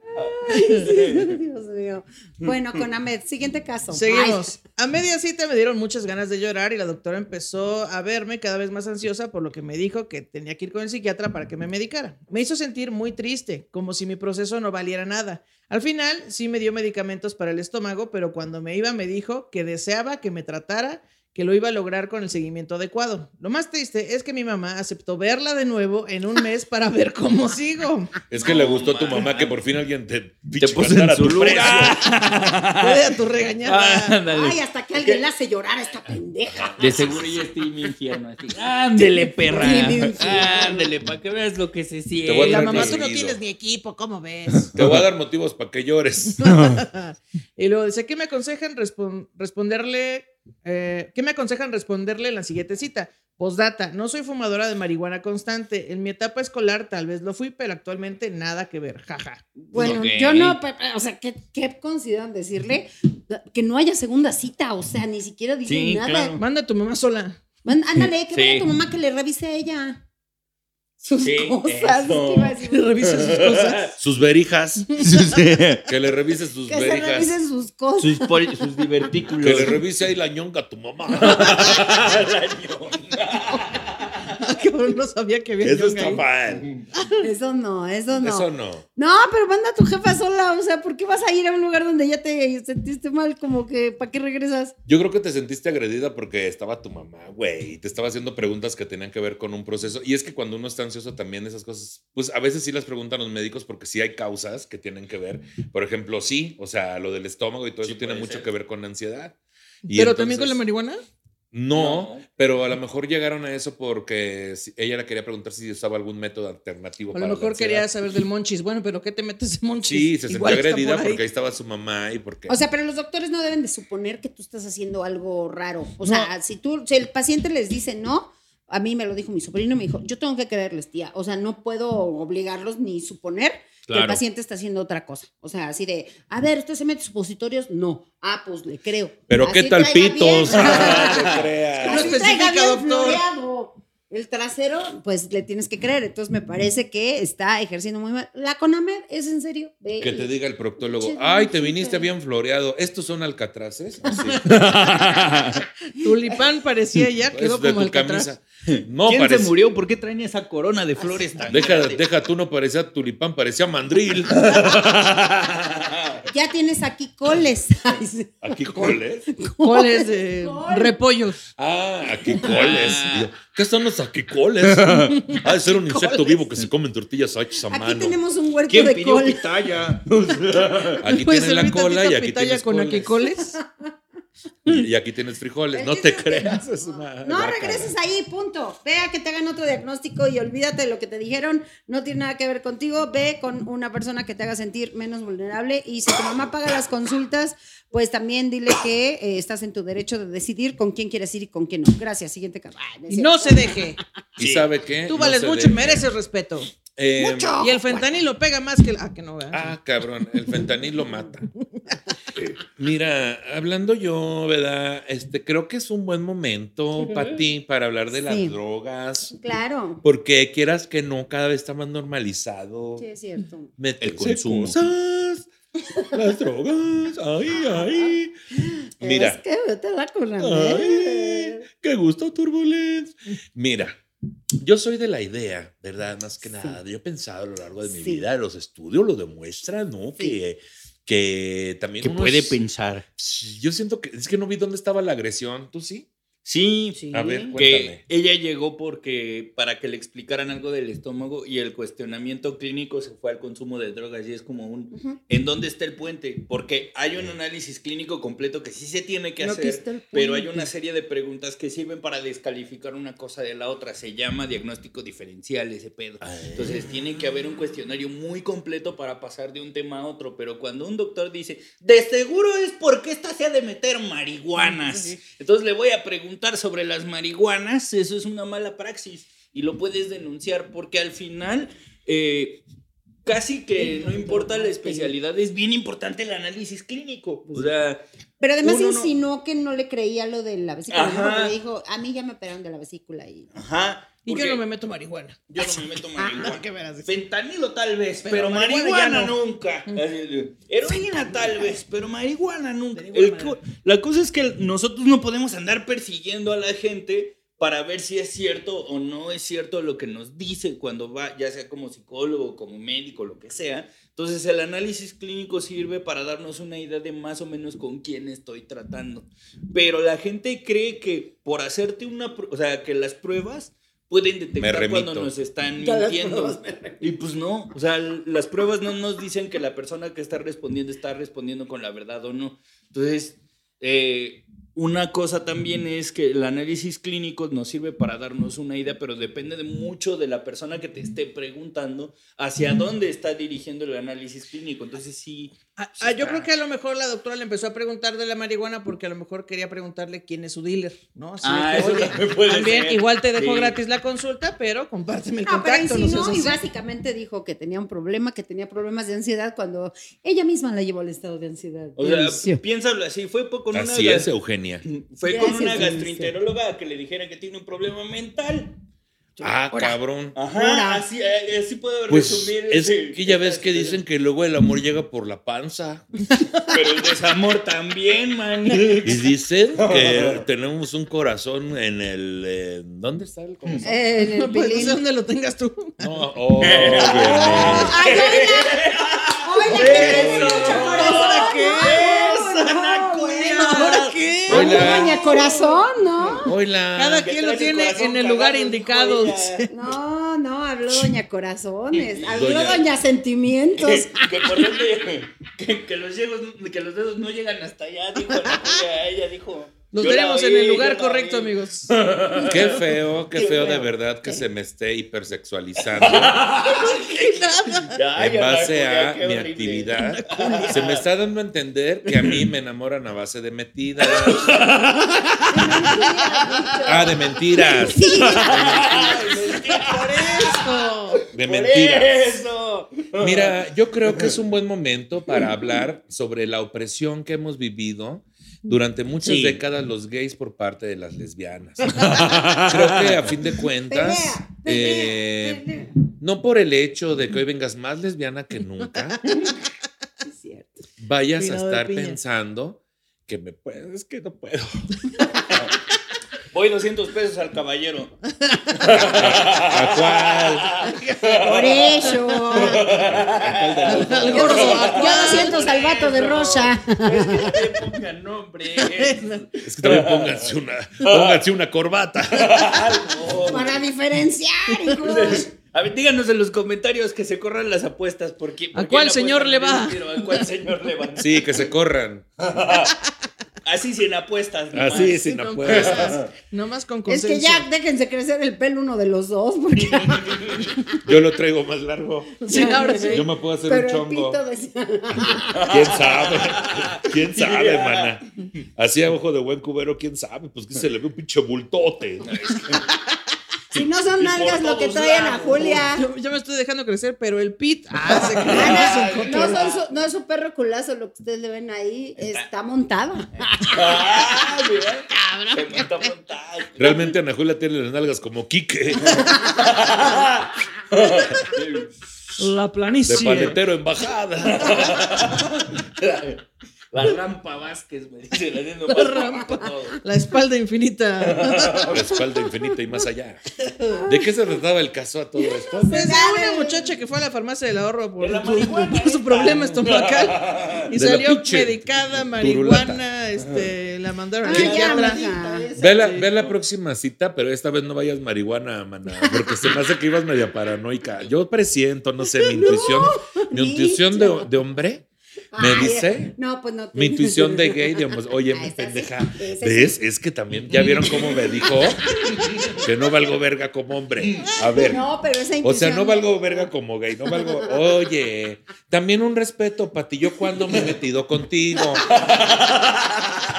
[SPEAKER 4] Dios mío. Bueno, Conamed, siguiente caso.
[SPEAKER 1] Seguimos. A media cita me dieron muchas ganas de llorar y la doctora empezó a verme cada vez más ansiosa, por lo que me dijo que tenía que ir con el psiquiatra para que me medicara. Me hizo sentir muy triste, como si mi proceso no valiera nada. Al final sí me dio medicamentos para el estómago, pero cuando me iba me dijo que deseaba que me tratara, que lo iba a lograr con el seguimiento adecuado. Lo más triste es que mi mamá aceptó verla de nuevo en un mes para ver cómo sigo.
[SPEAKER 3] Es que le gustó a tu mamá que por fin alguien te,
[SPEAKER 2] Te
[SPEAKER 3] pinche
[SPEAKER 2] puse en
[SPEAKER 3] cantara
[SPEAKER 2] su
[SPEAKER 3] tu
[SPEAKER 2] lugar.
[SPEAKER 3] precio.
[SPEAKER 1] Puede a tu regañada.
[SPEAKER 4] Ay,
[SPEAKER 2] Ándale.
[SPEAKER 4] ay, hasta que alguien la hace llorar a esta pendeja.
[SPEAKER 2] De seguro yo estoy en mi infierno. Así. Ándele, perra.
[SPEAKER 4] Sí, mi infierno.
[SPEAKER 2] Ándele, para que veas lo que se
[SPEAKER 3] Te voy
[SPEAKER 1] La
[SPEAKER 2] siente.
[SPEAKER 3] a traer
[SPEAKER 1] mamá, tú no
[SPEAKER 3] conseguido.
[SPEAKER 1] tienes ni equipo, ¿cómo ves?
[SPEAKER 3] Te voy a dar motivos para que llores.
[SPEAKER 1] y luego dice, ¿qué me aconsejan respon- responderle? eh, ¿Qué me aconsejan responderle en la siguiente cita? Postdata, no soy fumadora de marihuana constante. En mi etapa escolar tal vez lo fui, pero actualmente nada que ver. Jaja.
[SPEAKER 4] Bueno,
[SPEAKER 2] Ok.
[SPEAKER 4] yo no, pe- pe- o sea, ¿qué, qué consideran decirle? Que no haya segunda cita, o sea, ni siquiera dicen
[SPEAKER 2] Sí,
[SPEAKER 4] nada.
[SPEAKER 2] claro.
[SPEAKER 1] Manda a tu mamá sola.
[SPEAKER 4] Man- ándale, que
[SPEAKER 2] Sí.
[SPEAKER 4] vaya tu mamá que le revise a ella sus
[SPEAKER 2] Sí,
[SPEAKER 4] cosas.
[SPEAKER 2] eso.
[SPEAKER 4] ¿qué iba a decir?
[SPEAKER 1] Que revise sus cosas.
[SPEAKER 3] Sus verijas. Que le revises sus
[SPEAKER 2] Pues
[SPEAKER 4] Que se
[SPEAKER 3] verijas.
[SPEAKER 4] revisen sus cosas.
[SPEAKER 2] Sus, pol- sus divertículos.
[SPEAKER 3] Que le revise ahí la ñonga a tu mamá.
[SPEAKER 1] Ah, cabrón, no sabía que había yoga
[SPEAKER 3] Eso está
[SPEAKER 1] ahí.
[SPEAKER 3] mal.
[SPEAKER 4] Eso no, eso no.
[SPEAKER 3] Eso no.
[SPEAKER 4] No, pero manda a tu jefa sola, o sea, ¿por qué vas a ir a un lugar donde ya te sentiste mal? Como que, ¿para qué regresas?
[SPEAKER 3] Yo creo que te sentiste agredida porque estaba tu mamá, güey, y te estaba haciendo preguntas que tenían que ver con un proceso. Y es que cuando uno está ansioso también esas cosas, pues a veces sí las preguntan los médicos porque sí hay causas que tienen que ver. Por ejemplo, sí, o sea, lo del estómago y todo
[SPEAKER 2] Sí,
[SPEAKER 3] eso tiene
[SPEAKER 2] puede
[SPEAKER 3] mucho
[SPEAKER 2] ser.
[SPEAKER 3] que ver con la ansiedad. Y
[SPEAKER 1] Pero también
[SPEAKER 3] entonces-
[SPEAKER 1] con la marihuana.
[SPEAKER 3] No,
[SPEAKER 2] No.
[SPEAKER 3] pero a lo mejor llegaron a eso porque si- ella le quería preguntar si usaba algún método alternativo.
[SPEAKER 1] A
[SPEAKER 3] para
[SPEAKER 1] lo
[SPEAKER 3] la
[SPEAKER 1] mejor
[SPEAKER 3] ansiedad.
[SPEAKER 1] quería saber del monchis. Bueno, pero ¿qué te metes de monchis?
[SPEAKER 3] Sí, se sintió
[SPEAKER 1] Igual está
[SPEAKER 3] agredida
[SPEAKER 1] por ahí.
[SPEAKER 3] porque ahí estaba su mamá y porque...
[SPEAKER 4] O sea, pero los doctores no deben de suponer que tú estás haciendo algo raro. O sea, si tú, si el paciente les dice no, a mí me lo dijo mi sobrino, me dijo, yo tengo que creerles, tía. O sea, no puedo obligarlos ni suponer que el
[SPEAKER 2] Claro.
[SPEAKER 4] paciente está haciendo otra cosa. O sea, así de, a ver, ¿usted se mete supositorios? No. Ah, pues le creo.
[SPEAKER 3] pero
[SPEAKER 4] Así
[SPEAKER 3] qué tal
[SPEAKER 4] traiga bien-
[SPEAKER 3] pitos. No te
[SPEAKER 4] Pero
[SPEAKER 3] creas.
[SPEAKER 1] No
[SPEAKER 4] si traiga
[SPEAKER 1] especifica,
[SPEAKER 4] bien
[SPEAKER 1] doctor.
[SPEAKER 4] floreado El trasero, pues le tienes que creer. Entonces me parece que está ejerciendo muy mal. La CONAMED es en serio. Ve
[SPEAKER 3] Que
[SPEAKER 4] y-
[SPEAKER 3] te diga el proctólogo,
[SPEAKER 4] Pinche
[SPEAKER 3] ay, te
[SPEAKER 4] lonjita".
[SPEAKER 3] viniste bien floreado. ¿Estos son alcatraces? Así.
[SPEAKER 1] Tulipán parecía ya, quedó
[SPEAKER 3] Es de
[SPEAKER 1] como
[SPEAKER 3] tu
[SPEAKER 1] alcatraz.
[SPEAKER 3] camisa. No,
[SPEAKER 2] ¿Quién
[SPEAKER 3] parece.
[SPEAKER 2] se murió? ¿Por qué traen esa corona de flores tan
[SPEAKER 3] Deja,
[SPEAKER 2] grande?
[SPEAKER 3] deja, tú no parecía tulipán, parecía mandril.
[SPEAKER 4] Ya tienes aquí coles. Ay, sí.
[SPEAKER 3] Aquí coles.
[SPEAKER 1] Coles de
[SPEAKER 4] Col.
[SPEAKER 1] repollos.
[SPEAKER 3] Ah, aquí coles.
[SPEAKER 2] Ah.
[SPEAKER 3] Y yo, ¿Qué son los aquicoles? Ha de ser un insecto vivo que se come en tortillas hachas a
[SPEAKER 4] Aquí
[SPEAKER 3] mano.
[SPEAKER 4] tenemos un huerto
[SPEAKER 2] ¿Quién
[SPEAKER 4] de
[SPEAKER 2] pidió
[SPEAKER 4] col.
[SPEAKER 2] pitaya?
[SPEAKER 3] Aquí
[SPEAKER 1] Pues
[SPEAKER 3] tienen la
[SPEAKER 1] servita,
[SPEAKER 3] cola y
[SPEAKER 1] pita,
[SPEAKER 3] aquí
[SPEAKER 1] pitaya
[SPEAKER 3] tienes
[SPEAKER 1] con
[SPEAKER 3] coles.
[SPEAKER 1] aquicoles.
[SPEAKER 3] Y, y aquí tienes frijoles,
[SPEAKER 4] El
[SPEAKER 3] no te
[SPEAKER 4] chiste es que-
[SPEAKER 3] creas, es una.
[SPEAKER 4] No
[SPEAKER 3] vaca.
[SPEAKER 4] regreses ahí, punto. Ve a que te hagan otro diagnóstico y olvídate de lo que te dijeron. No tiene nada que ver contigo. Ve con una persona que te haga sentir menos vulnerable. Y si tu mamá paga las consultas, pues también dile que eh, estás en tu derecho de decidir con quién quieres ir y con quién no. Gracias. Siguiente caso. Ay, no es
[SPEAKER 1] Y no
[SPEAKER 4] cierto.
[SPEAKER 1] se deje.
[SPEAKER 3] ¿Y
[SPEAKER 2] Sí.
[SPEAKER 3] sabe qué?
[SPEAKER 1] Tú
[SPEAKER 3] No
[SPEAKER 1] vales
[SPEAKER 3] se
[SPEAKER 1] mucho
[SPEAKER 3] deje.
[SPEAKER 1] y mereces respeto.
[SPEAKER 3] Eh,
[SPEAKER 4] Mucho.
[SPEAKER 1] Y el fentanilo pega más que el. Ah, que no, ¿verdad?
[SPEAKER 3] Ah, cabrón, el fentanilo mata. Mira, hablando yo, ¿verdad? Este, creo que es un buen momento, para ti para hablar de las
[SPEAKER 4] Sí.
[SPEAKER 3] drogas.
[SPEAKER 4] Claro.
[SPEAKER 3] Porque quieras que no, cada vez está más normalizado.
[SPEAKER 4] Sí, es cierto.
[SPEAKER 3] Meterse
[SPEAKER 2] El consumo.
[SPEAKER 3] cosas, las drogas, ay, ay.
[SPEAKER 4] Es
[SPEAKER 3] Mira,
[SPEAKER 4] que vete a la cuna,
[SPEAKER 3] ay,
[SPEAKER 4] ¿eh?
[SPEAKER 3] qué gusto turbulence. Mira, yo soy de la idea, ¿verdad? Más que nada, yo he pensado a lo largo de mi
[SPEAKER 4] Sí.
[SPEAKER 3] vida, los estudios lo demuestran, ¿no? Que, que también
[SPEAKER 2] Que
[SPEAKER 3] uno
[SPEAKER 2] puede
[SPEAKER 3] es-
[SPEAKER 2] pensar.
[SPEAKER 3] Yo siento que es que no vi dónde estaba la agresión, ¿tú sí?
[SPEAKER 2] Sí,
[SPEAKER 1] Sí.
[SPEAKER 3] A ver,
[SPEAKER 2] que
[SPEAKER 3] cuéntame.
[SPEAKER 2] ella llegó porque para que le explicaran algo del estómago y el cuestionamiento clínico se fue al consumo de drogas y es como un
[SPEAKER 4] Ujú.
[SPEAKER 2] ¿en dónde está el puente? Porque hay un análisis clínico completo que sí se tiene que
[SPEAKER 4] No, aquí está el
[SPEAKER 2] hacer, pero hay
[SPEAKER 4] puente.
[SPEAKER 2] una serie de preguntas que sirven para descalificar una cosa de la otra, se llama diagnóstico diferencial ese pedo.
[SPEAKER 1] Ah.
[SPEAKER 2] Entonces tiene que haber un cuestionario muy completo para pasar de un tema a otro, pero cuando un doctor dice, de seguro es porque esta se ha de meter marihuanas, entonces le voy a preguntar sobre las marihuanas, eso es una mala praxis y lo puedes denunciar porque al final... eh, Casi que no importa la especialidad, es bien importante el análisis clínico. O sea,
[SPEAKER 4] Pero además
[SPEAKER 2] Uno no-
[SPEAKER 4] insinuó que no le creía lo de la vesícula. ¿no?
[SPEAKER 2] Ajá.
[SPEAKER 4] Porque le dijo, a mí ya me operaron de la vesícula. Y...
[SPEAKER 2] ajá.
[SPEAKER 1] y yo
[SPEAKER 2] porque
[SPEAKER 1] no me meto marihuana.
[SPEAKER 2] yo no me meto marihuana.
[SPEAKER 1] Nada que ver así.
[SPEAKER 2] Fentanilo tal vez, pero,
[SPEAKER 1] Pero marihuana
[SPEAKER 2] marihuana,
[SPEAKER 1] ya
[SPEAKER 2] nunca. Heroína tal vez, pero marihuana nunca.
[SPEAKER 1] De ninguna
[SPEAKER 2] El co- la cosa es que nosotros no podemos andar persiguiendo a la gente para ver si es cierto o no es cierto lo que nos dice cuando va, ya sea como psicólogo, como médico, lo que sea. Entonces el análisis clínico sirve para darnos una idea de más o menos con quién estoy tratando. Pero la gente cree que por hacerte una, pr- o sea, que las pruebas pueden detectar cuando
[SPEAKER 3] remito.
[SPEAKER 2] nos están
[SPEAKER 4] Ya las
[SPEAKER 2] mintiendo.
[SPEAKER 4] pruebas me
[SPEAKER 2] Y pues no, o sea, l- las pruebas no nos dicen que la persona que está respondiendo está respondiendo con la verdad o no. Entonces, eh, una cosa también es que el análisis clínico nos sirve para darnos una idea, pero depende de mucho de la persona que te esté preguntando hacia dónde está dirigiendo el análisis clínico. Entonces sí,
[SPEAKER 1] Ah, ah, yo creo que a lo mejor la doctora le empezó a preguntar de la marihuana porque a lo mejor quería preguntarle quién es su dealer, ¿no? Así
[SPEAKER 2] Ah,
[SPEAKER 1] de que,
[SPEAKER 2] eso también puede
[SPEAKER 1] también
[SPEAKER 2] ser.
[SPEAKER 1] igual te dejo
[SPEAKER 2] Sí.
[SPEAKER 1] gratis la consulta, pero compárteme el
[SPEAKER 4] Ah, pero
[SPEAKER 1] contacto. no
[SPEAKER 4] insinuó
[SPEAKER 1] seas
[SPEAKER 4] y
[SPEAKER 1] así.
[SPEAKER 4] básicamente dijo que tenía un problema, que tenía problemas de ansiedad cuando ella misma la llevó al estado de ansiedad.
[SPEAKER 2] o sea,
[SPEAKER 4] Denunció.
[SPEAKER 2] piénsalo así, fue po- con
[SPEAKER 3] Así
[SPEAKER 2] una
[SPEAKER 3] es, Eugenia.
[SPEAKER 2] fue
[SPEAKER 4] Gracias,
[SPEAKER 2] con una
[SPEAKER 4] Denuncio.
[SPEAKER 2] gastroenteróloga que le dijera que tiene un problema mental.
[SPEAKER 3] Ah,
[SPEAKER 4] Ahora.
[SPEAKER 3] cabrón.
[SPEAKER 2] Ajá,
[SPEAKER 4] Ahora.
[SPEAKER 2] así, eh, así puedo
[SPEAKER 3] Pues
[SPEAKER 2] resumir. este
[SPEAKER 3] es
[SPEAKER 2] ese-
[SPEAKER 3] que ya ves
[SPEAKER 2] esa
[SPEAKER 3] que
[SPEAKER 2] historia.
[SPEAKER 3] dicen que luego el amor llega por la panza.
[SPEAKER 2] Pero el desamor también, man.
[SPEAKER 3] Y dicen que tenemos un corazón en el. eh, ¿Dónde está el corazón?
[SPEAKER 4] Eh, en el
[SPEAKER 1] Pues no
[SPEAKER 4] pilín.
[SPEAKER 1] sé dónde lo tengas tú.
[SPEAKER 3] No, oh,
[SPEAKER 4] ¡Oh!
[SPEAKER 3] Eugenia.
[SPEAKER 4] ¡Ay, oiga! ¡Oiga, que
[SPEAKER 2] Eso,
[SPEAKER 4] tengo mucho
[SPEAKER 2] ¿ahora
[SPEAKER 4] corazón!
[SPEAKER 2] qué
[SPEAKER 4] No,
[SPEAKER 2] es,
[SPEAKER 4] no,
[SPEAKER 2] Ana
[SPEAKER 4] bueno.
[SPEAKER 2] Cuevas?
[SPEAKER 1] qué?
[SPEAKER 4] Ay,
[SPEAKER 3] Hola.
[SPEAKER 4] doña corazón, ¿no?
[SPEAKER 3] Hola.
[SPEAKER 1] Cada
[SPEAKER 2] que
[SPEAKER 1] quien lo
[SPEAKER 2] traes el
[SPEAKER 1] tiene
[SPEAKER 2] corazón
[SPEAKER 1] en el lugar
[SPEAKER 2] cagado,
[SPEAKER 1] indicado.
[SPEAKER 2] joya.
[SPEAKER 1] dice.
[SPEAKER 4] No, no, habló doña corazones, habló
[SPEAKER 3] Doña-
[SPEAKER 4] doña, sentimientos.
[SPEAKER 2] Que, por dónde- que- que los ciegos- que los dedos no llegan hasta allá, dijo Ana Julia. Ella dijo.
[SPEAKER 1] Nos
[SPEAKER 2] yo la
[SPEAKER 1] veremos en
[SPEAKER 2] oí,
[SPEAKER 1] el
[SPEAKER 2] yo
[SPEAKER 1] lugar
[SPEAKER 2] la
[SPEAKER 1] correcto,
[SPEAKER 2] oí.
[SPEAKER 1] amigos.
[SPEAKER 3] Qué feo, qué feo de
[SPEAKER 4] feo.
[SPEAKER 3] verdad que se me esté hipersexualizando
[SPEAKER 2] Ay,
[SPEAKER 3] en
[SPEAKER 2] Ana
[SPEAKER 3] base
[SPEAKER 2] Julia,
[SPEAKER 3] a
[SPEAKER 2] qué
[SPEAKER 3] mi
[SPEAKER 2] horrible.
[SPEAKER 3] actividad. Se me está dando a entender que a mí me enamoran a base de metidas. Ah, de mentiras.
[SPEAKER 2] Ay, mentira,
[SPEAKER 1] Por
[SPEAKER 4] Oh.
[SPEAKER 1] eso.
[SPEAKER 3] De
[SPEAKER 2] por
[SPEAKER 3] mentiras.
[SPEAKER 2] eso.
[SPEAKER 3] Mira, yo creo que es un buen momento para hablar sobre la opresión que hemos vivido durante muchas
[SPEAKER 2] Sí.
[SPEAKER 3] décadas los gays por parte de las lesbianas. creo que a fin de cuentas,
[SPEAKER 4] Pelea, pelea,
[SPEAKER 3] eh,
[SPEAKER 4] pelea.
[SPEAKER 3] no por el hecho de que hoy vengas más lesbiana que nunca,
[SPEAKER 4] Sí, es cierto.
[SPEAKER 3] vayas
[SPEAKER 1] Cuidado
[SPEAKER 3] a
[SPEAKER 1] de
[SPEAKER 3] estar
[SPEAKER 1] piña.
[SPEAKER 3] pensando que me puedes, es que no puedo.
[SPEAKER 2] Voy 200 pesos al caballero.
[SPEAKER 3] ¿A cuál?
[SPEAKER 4] Por eso.
[SPEAKER 1] Al
[SPEAKER 4] Yo
[SPEAKER 1] gordo,
[SPEAKER 4] no, yo no
[SPEAKER 1] ¿a
[SPEAKER 4] siento salvato de Rosa.
[SPEAKER 2] Es que no le pongan nombre. eh.
[SPEAKER 3] Es que también pónganse una, pónganse una corbata.
[SPEAKER 2] Algo.
[SPEAKER 4] Para diferenciar, hijos.
[SPEAKER 2] A ver, díganos en los comentarios que se corran las apuestas. ¿Por qué- por
[SPEAKER 1] ¿A
[SPEAKER 2] qué
[SPEAKER 1] cuál
[SPEAKER 2] la
[SPEAKER 1] señor
[SPEAKER 2] apuesta
[SPEAKER 1] le
[SPEAKER 2] no es
[SPEAKER 1] va?
[SPEAKER 2] tiro? ¿A cuál señor le va?
[SPEAKER 3] Sí, que se corran.
[SPEAKER 2] Así sin apuestas. nomás.
[SPEAKER 3] Así es,
[SPEAKER 1] Sí,
[SPEAKER 3] sin
[SPEAKER 1] con
[SPEAKER 3] apuestas.
[SPEAKER 1] cosas, No más con
[SPEAKER 4] Es
[SPEAKER 1] consenso.
[SPEAKER 4] que ya déjense crecer el pelo uno de los dos, porque
[SPEAKER 3] Yo lo traigo más largo.
[SPEAKER 1] Sí, ahora sí.
[SPEAKER 3] Yo me puedo hacer
[SPEAKER 4] pero
[SPEAKER 3] un
[SPEAKER 4] el
[SPEAKER 3] chongo.
[SPEAKER 4] pito decía,
[SPEAKER 3] ¿Quién sabe? ¿Quién sabe, hermana? Así a ojo de buen cubero, ¿quién sabe? Pues que se le ve un pinche bultote.
[SPEAKER 4] si no son
[SPEAKER 2] Y por
[SPEAKER 4] nalgas lo que
[SPEAKER 2] todos
[SPEAKER 4] traen a
[SPEAKER 2] lados.
[SPEAKER 4] Julia.
[SPEAKER 1] Yo, yo me estoy dejando crecer, pero el pit. Ah, se
[SPEAKER 4] Ana,
[SPEAKER 1] creó.
[SPEAKER 4] no, son su, no es su perro culazo, lo que ustedes le ven ahí está montado.
[SPEAKER 2] Ah, mira. Se monta montaje.
[SPEAKER 3] Realmente Ana Julia tiene las nalgas como Quique,
[SPEAKER 1] La
[SPEAKER 3] de
[SPEAKER 1] planicie.
[SPEAKER 3] paletero en bajada.
[SPEAKER 2] La, la rampa Vázquez, me dice. La, nena
[SPEAKER 1] La
[SPEAKER 2] más
[SPEAKER 1] rampa.
[SPEAKER 2] todo.
[SPEAKER 1] La espalda infinita.
[SPEAKER 3] La espalda infinita y más allá. ¿De qué se trataba el caso a todo esto?
[SPEAKER 1] Es de
[SPEAKER 4] Dale.
[SPEAKER 1] una muchacha que fue a la farmacia del ahorro por,
[SPEAKER 2] De la
[SPEAKER 1] por-
[SPEAKER 2] marihuana,
[SPEAKER 1] por su
[SPEAKER 2] esta.
[SPEAKER 1] problema estomacal y
[SPEAKER 3] De la
[SPEAKER 1] salió
[SPEAKER 3] pinche
[SPEAKER 1] medicada, marihuana, este, la mandaron
[SPEAKER 4] Ah,
[SPEAKER 1] al
[SPEAKER 4] ya,
[SPEAKER 1] psiquiatra.
[SPEAKER 4] maldita esa.
[SPEAKER 3] Ve la, ve la próxima cita, pero esta vez no vayas marihuana, maná, porque se me hace que ibas media paranoica. Yo presiento, no sé, mi intuición, mi intuición de, de hombre me
[SPEAKER 4] Ay,
[SPEAKER 3] dice,
[SPEAKER 4] Ah, No, pues no.
[SPEAKER 3] mi intuición de gay, de homo- oye,
[SPEAKER 4] Ah,
[SPEAKER 3] mi
[SPEAKER 4] esa sí,
[SPEAKER 3] pendeja,
[SPEAKER 4] esa sí.
[SPEAKER 3] ¿ves? Es que también, ¿ya vieron cómo me dijo? Que no valgo verga como hombre. A ver.
[SPEAKER 4] No, pero
[SPEAKER 3] O
[SPEAKER 4] esa
[SPEAKER 3] sea,
[SPEAKER 4] intuición
[SPEAKER 3] no
[SPEAKER 4] de-
[SPEAKER 3] valgo verga como gay, no valgo. Oye, también un respeto, Pati. Yo cuando me he metido contigo.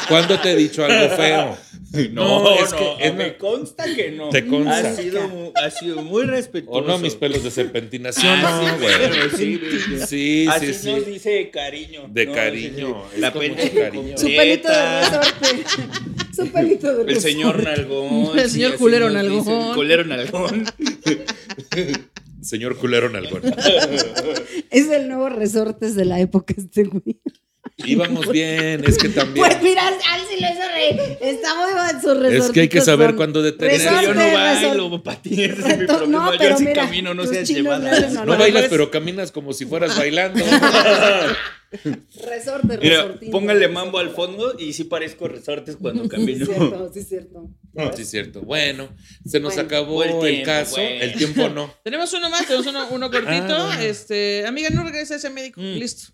[SPEAKER 3] ¿Cuándo te he dicho algo feo?
[SPEAKER 2] No,
[SPEAKER 3] No,
[SPEAKER 2] no,
[SPEAKER 3] es que es
[SPEAKER 2] me
[SPEAKER 3] no-
[SPEAKER 2] consta que no.
[SPEAKER 3] Te consta.
[SPEAKER 2] Ha sido, mu- ha sido muy
[SPEAKER 3] O
[SPEAKER 2] respetuoso.
[SPEAKER 3] no, mis pelos de serpentinación,
[SPEAKER 2] Ah,
[SPEAKER 3] no,
[SPEAKER 2] sí,
[SPEAKER 3] güey.
[SPEAKER 2] pero sí, sí, sí.
[SPEAKER 3] Sí,
[SPEAKER 2] Así
[SPEAKER 3] sí,
[SPEAKER 2] nos
[SPEAKER 3] sí.
[SPEAKER 2] dice de cariño.
[SPEAKER 3] De
[SPEAKER 2] No, sí,
[SPEAKER 3] cariño,
[SPEAKER 2] sí.
[SPEAKER 3] es
[SPEAKER 2] La
[SPEAKER 3] con mucho
[SPEAKER 2] pendeja
[SPEAKER 3] cariño.
[SPEAKER 4] Su pelito de
[SPEAKER 2] completa.
[SPEAKER 4] resorte. Su pelito de resorte.
[SPEAKER 2] El señor Nalgón.
[SPEAKER 1] El
[SPEAKER 2] sí,
[SPEAKER 1] señor
[SPEAKER 2] así
[SPEAKER 1] culero
[SPEAKER 2] nos dice,
[SPEAKER 1] nalgón.
[SPEAKER 2] el Culero Nalgón.
[SPEAKER 3] Señor culero nalgón.
[SPEAKER 4] Es el nuevo resortes de la época este güey.
[SPEAKER 3] Íbamos bien, es que también.
[SPEAKER 4] Pues mira, al sí lo hizo reír. Está muy mal su resorte.
[SPEAKER 3] Es que hay que saber cuándo detener.
[SPEAKER 2] Es que yo no
[SPEAKER 4] Resorte,
[SPEAKER 2] bailo, Pati. Ese es mi
[SPEAKER 4] Reto- no,
[SPEAKER 2] problema.
[SPEAKER 4] pero
[SPEAKER 2] yo sí
[SPEAKER 4] mira,
[SPEAKER 2] camino, no
[SPEAKER 4] tus
[SPEAKER 2] sé
[SPEAKER 4] chinos
[SPEAKER 2] llevada.
[SPEAKER 4] no-
[SPEAKER 3] No bailas, pero caminas como si fueras bailando.
[SPEAKER 4] Resorte,
[SPEAKER 2] Mira,
[SPEAKER 4] resortín.
[SPEAKER 2] póngale mambo al fondo y sí parezco resortes cuando
[SPEAKER 4] Sí,
[SPEAKER 2] camino.
[SPEAKER 4] cierto, sí, cierto.
[SPEAKER 3] Sí, es cierto. Bueno, se nos
[SPEAKER 4] Bueno,
[SPEAKER 3] acabó
[SPEAKER 2] el
[SPEAKER 3] el,
[SPEAKER 2] tiempo,
[SPEAKER 3] caso.
[SPEAKER 2] güey.
[SPEAKER 3] El tiempo no.
[SPEAKER 1] Tenemos uno más, tenemos uno, uno cortito.
[SPEAKER 3] Ah.
[SPEAKER 1] Este, amiga, no regreses a ese médico.
[SPEAKER 2] Mm.
[SPEAKER 1] Listo.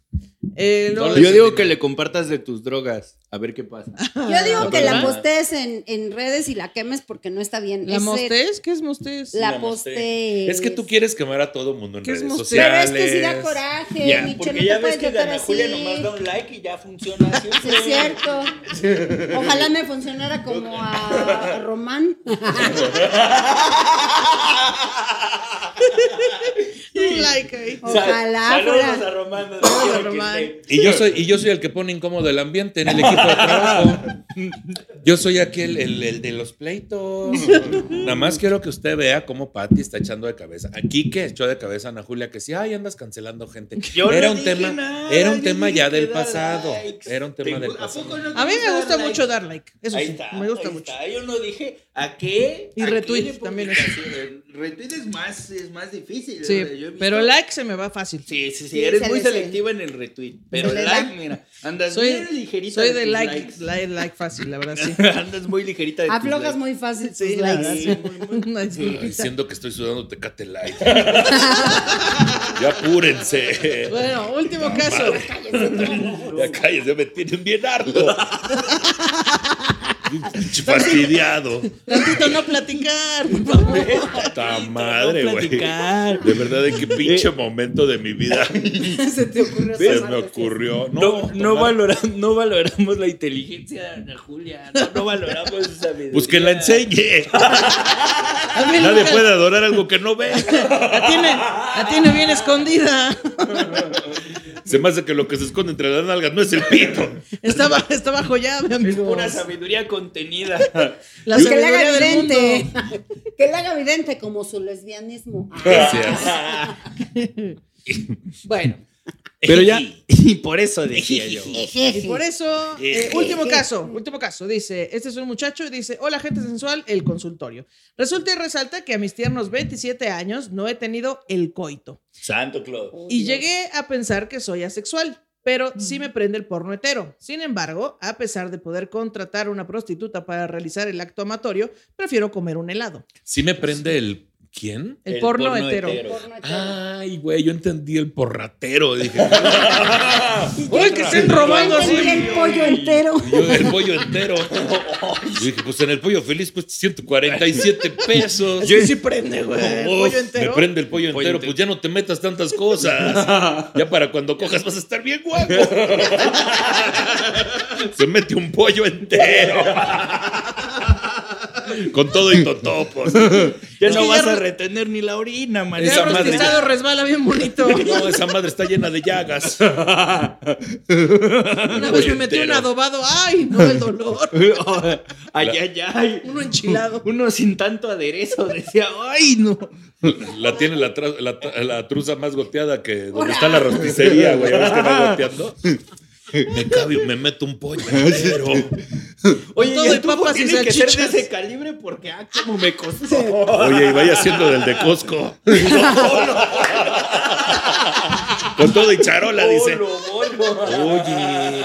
[SPEAKER 1] Eh,
[SPEAKER 3] No
[SPEAKER 1] luego-
[SPEAKER 3] le-
[SPEAKER 2] Yo digo que le compartas de tus drogas. A ver qué pasa.
[SPEAKER 4] Yo digo que
[SPEAKER 1] Ah, ¿verdad?
[SPEAKER 4] la postees en, en redes y la quemes porque no está bien.
[SPEAKER 1] ¿La
[SPEAKER 4] Ese-
[SPEAKER 1] mostés? ¿Qué es mostés?
[SPEAKER 4] La,
[SPEAKER 2] La postees.
[SPEAKER 4] postees.
[SPEAKER 3] Es que tú quieres quemar a todo mundo en
[SPEAKER 1] ¿Qué es
[SPEAKER 3] redes
[SPEAKER 1] mostre?
[SPEAKER 4] Pero
[SPEAKER 3] sociales.
[SPEAKER 4] es que sí da coraje,
[SPEAKER 2] Ya,
[SPEAKER 4] Micho,
[SPEAKER 2] porque
[SPEAKER 4] no
[SPEAKER 2] ya ves
[SPEAKER 4] te puedes
[SPEAKER 2] que
[SPEAKER 4] tratar
[SPEAKER 2] Dana
[SPEAKER 4] así.
[SPEAKER 2] Julia nomás da un like y ya funciona. así.
[SPEAKER 4] Sí, es cierto. Ojalá me funcionara como a a Román.
[SPEAKER 1] Un like ahí.
[SPEAKER 2] Sal-
[SPEAKER 4] Ojalá
[SPEAKER 2] Saludos
[SPEAKER 4] fuera.
[SPEAKER 2] a Román. donde
[SPEAKER 1] Saludos a
[SPEAKER 2] quiera que
[SPEAKER 1] Román.
[SPEAKER 2] esté.
[SPEAKER 3] Y yo soy, y yo soy el que pone incómodo el ambiente en el equipo de trabajo. Yo soy aquí el, el- el de los pleitos. Nada más quiero que usted vea cómo Patty está echando de cabeza. Aquí que echó de cabeza a Ana Julia que sí, ay, andas cancelando gente.
[SPEAKER 2] Yo
[SPEAKER 3] era
[SPEAKER 2] no
[SPEAKER 3] un
[SPEAKER 2] dije
[SPEAKER 3] tema,
[SPEAKER 2] nada,
[SPEAKER 3] era un
[SPEAKER 2] yo
[SPEAKER 3] tema
[SPEAKER 2] dije
[SPEAKER 3] ya
[SPEAKER 2] que
[SPEAKER 3] del
[SPEAKER 2] da
[SPEAKER 3] pasado.
[SPEAKER 2] likes.
[SPEAKER 3] Era un tema
[SPEAKER 2] Tengo-
[SPEAKER 3] del
[SPEAKER 2] ¿a poco
[SPEAKER 3] pasado.
[SPEAKER 2] no
[SPEAKER 1] A mí
[SPEAKER 2] quieres
[SPEAKER 1] me gusta
[SPEAKER 2] dar
[SPEAKER 1] mucho
[SPEAKER 2] likes?
[SPEAKER 1] dar like. Eso
[SPEAKER 2] Ahí
[SPEAKER 1] sí,
[SPEAKER 2] está,
[SPEAKER 1] me gusta
[SPEAKER 2] ahí
[SPEAKER 1] mucho.
[SPEAKER 2] está. Yo no dije a qué.
[SPEAKER 1] Y
[SPEAKER 2] a qué
[SPEAKER 1] retweet
[SPEAKER 2] de
[SPEAKER 1] también.
[SPEAKER 2] publicación. Retweet es más, es más difícil.
[SPEAKER 1] Sí,
[SPEAKER 2] o sea, yo he visto-
[SPEAKER 1] pero like se me va fácil.
[SPEAKER 2] Sí, sí, sí,
[SPEAKER 4] Sí,
[SPEAKER 2] eres
[SPEAKER 4] se
[SPEAKER 2] muy
[SPEAKER 4] le- se-
[SPEAKER 2] selectiva en el retweet. Pero
[SPEAKER 4] se le
[SPEAKER 2] like,
[SPEAKER 4] da.
[SPEAKER 2] mira, andas
[SPEAKER 1] Soy,
[SPEAKER 2] bien ligerita.
[SPEAKER 1] soy de
[SPEAKER 2] tus
[SPEAKER 1] like,
[SPEAKER 2] likes.
[SPEAKER 1] like, like fácil, la verdad, sí.
[SPEAKER 2] andas muy ligerita de tus
[SPEAKER 4] Aflojas
[SPEAKER 2] likes.
[SPEAKER 4] muy fácil tus
[SPEAKER 1] Sí, la
[SPEAKER 4] likes.
[SPEAKER 1] verdad, sí. Una disculpita.
[SPEAKER 3] Diciendo que estoy sudando tecate light. ya apúrense.
[SPEAKER 1] Bueno, último caso.
[SPEAKER 3] Ya cállese, me tienen bien harto. Pinche Fastidiado.
[SPEAKER 1] Tantito no platicar, por favor.
[SPEAKER 3] Puta madre,
[SPEAKER 2] no
[SPEAKER 3] güey.
[SPEAKER 2] platicar.
[SPEAKER 3] De verdad, de qué pinche momento de mi vida
[SPEAKER 4] Se te ocurrió
[SPEAKER 3] se
[SPEAKER 4] asomarte
[SPEAKER 3] me
[SPEAKER 4] así.
[SPEAKER 3] ocurrió.
[SPEAKER 2] No,
[SPEAKER 3] No,
[SPEAKER 2] no,
[SPEAKER 3] tomar-
[SPEAKER 2] valoramos, no valoramos la inteligencia de Ana Julia. No, no valoramos esa sabiduría.
[SPEAKER 3] Pues que la enseñe.
[SPEAKER 1] A mí
[SPEAKER 3] Nadie
[SPEAKER 1] nunca-
[SPEAKER 3] puede adorar algo que no ve.
[SPEAKER 1] La tiene, la tiene bien escondida.
[SPEAKER 3] Se me hace que lo que se esconde entre las nalgas no es el pito.
[SPEAKER 1] Está, ba- está bajo llave, amigos.
[SPEAKER 2] Pura sabiduría contenida.
[SPEAKER 1] La
[SPEAKER 4] que le
[SPEAKER 1] sabiduría
[SPEAKER 4] haga
[SPEAKER 1] del
[SPEAKER 4] vidente.
[SPEAKER 1] mundo.
[SPEAKER 4] Que le haga vidente como su lesbianismo. Ah,
[SPEAKER 3] Gracias.
[SPEAKER 1] Bueno,
[SPEAKER 2] Pero ya, y por eso decía yo.
[SPEAKER 1] y por eso, eh, último caso, último caso. Dice, este es un muchacho y dice, hola gente sensual, el consultorio. Resulta y resalta que a mis tiernos 27 años no he tenido el coito.
[SPEAKER 2] Santo Claus.
[SPEAKER 1] Y llegué a pensar que soy asexual, pero sí me prende el porno hetero. Sin embargo, a pesar de poder contratar una prostituta para realizar el acto amatorio, prefiero comer un helado.
[SPEAKER 3] Sí me prende el ¿Quién?
[SPEAKER 1] El, porno, hetero.
[SPEAKER 4] Porno
[SPEAKER 3] Ah.
[SPEAKER 4] hetero.
[SPEAKER 3] Ay, güey, yo entendí el porratero. Dije,
[SPEAKER 1] ¡Uy, que estén robando
[SPEAKER 4] Yo entendí
[SPEAKER 1] así!
[SPEAKER 4] el pollo entero.
[SPEAKER 3] yo el pollo entero. Yo dije, pues en el pollo feliz cuesta 147 pesos.
[SPEAKER 1] Yo sí prende, güey. El
[SPEAKER 3] Uf,
[SPEAKER 1] pollo entero.
[SPEAKER 3] Me prende el pollo,
[SPEAKER 2] Pollo
[SPEAKER 3] entero,
[SPEAKER 2] entero.
[SPEAKER 3] pues ya no te metas tantas cosas. ya para cuando cojas vas a estar bien guapo. Se mete un pollo entero. Con todo y totopos.
[SPEAKER 2] Ya
[SPEAKER 1] Es
[SPEAKER 2] no
[SPEAKER 1] que
[SPEAKER 2] vas
[SPEAKER 1] ya
[SPEAKER 2] a
[SPEAKER 1] re-
[SPEAKER 2] retener ni la orina, man.
[SPEAKER 1] El
[SPEAKER 3] Esa
[SPEAKER 1] perro
[SPEAKER 3] madre.
[SPEAKER 1] rostizado resbala bien bonito.
[SPEAKER 3] No, esa madre está llena de llagas.
[SPEAKER 1] Una vez me metí un
[SPEAKER 3] entero.
[SPEAKER 1] adobado. ¡Ay, no, el dolor!
[SPEAKER 2] Oh, Ay, ay, ay.
[SPEAKER 1] Uno enchilado.
[SPEAKER 2] Uno sin tanto aderezo decía, ay, no.
[SPEAKER 3] La tiene la, tra- la tra- la truza más goteada que donde
[SPEAKER 4] Hola.
[SPEAKER 3] está la rosticería, güey. ¿Ya ves que va goteando? Me cabe, me meto un pollo entero.
[SPEAKER 2] Oye,
[SPEAKER 1] Todo
[SPEAKER 2] y el
[SPEAKER 1] de
[SPEAKER 2] tubo
[SPEAKER 1] papas y
[SPEAKER 2] tiene que ser de
[SPEAKER 1] salchichas.
[SPEAKER 2] ese calibre porque, ah, cómo me costó.
[SPEAKER 3] Oye, y vaya siendo del de Costco. Con todo y charola, dice.
[SPEAKER 2] Bolo, bolo.
[SPEAKER 3] Oye,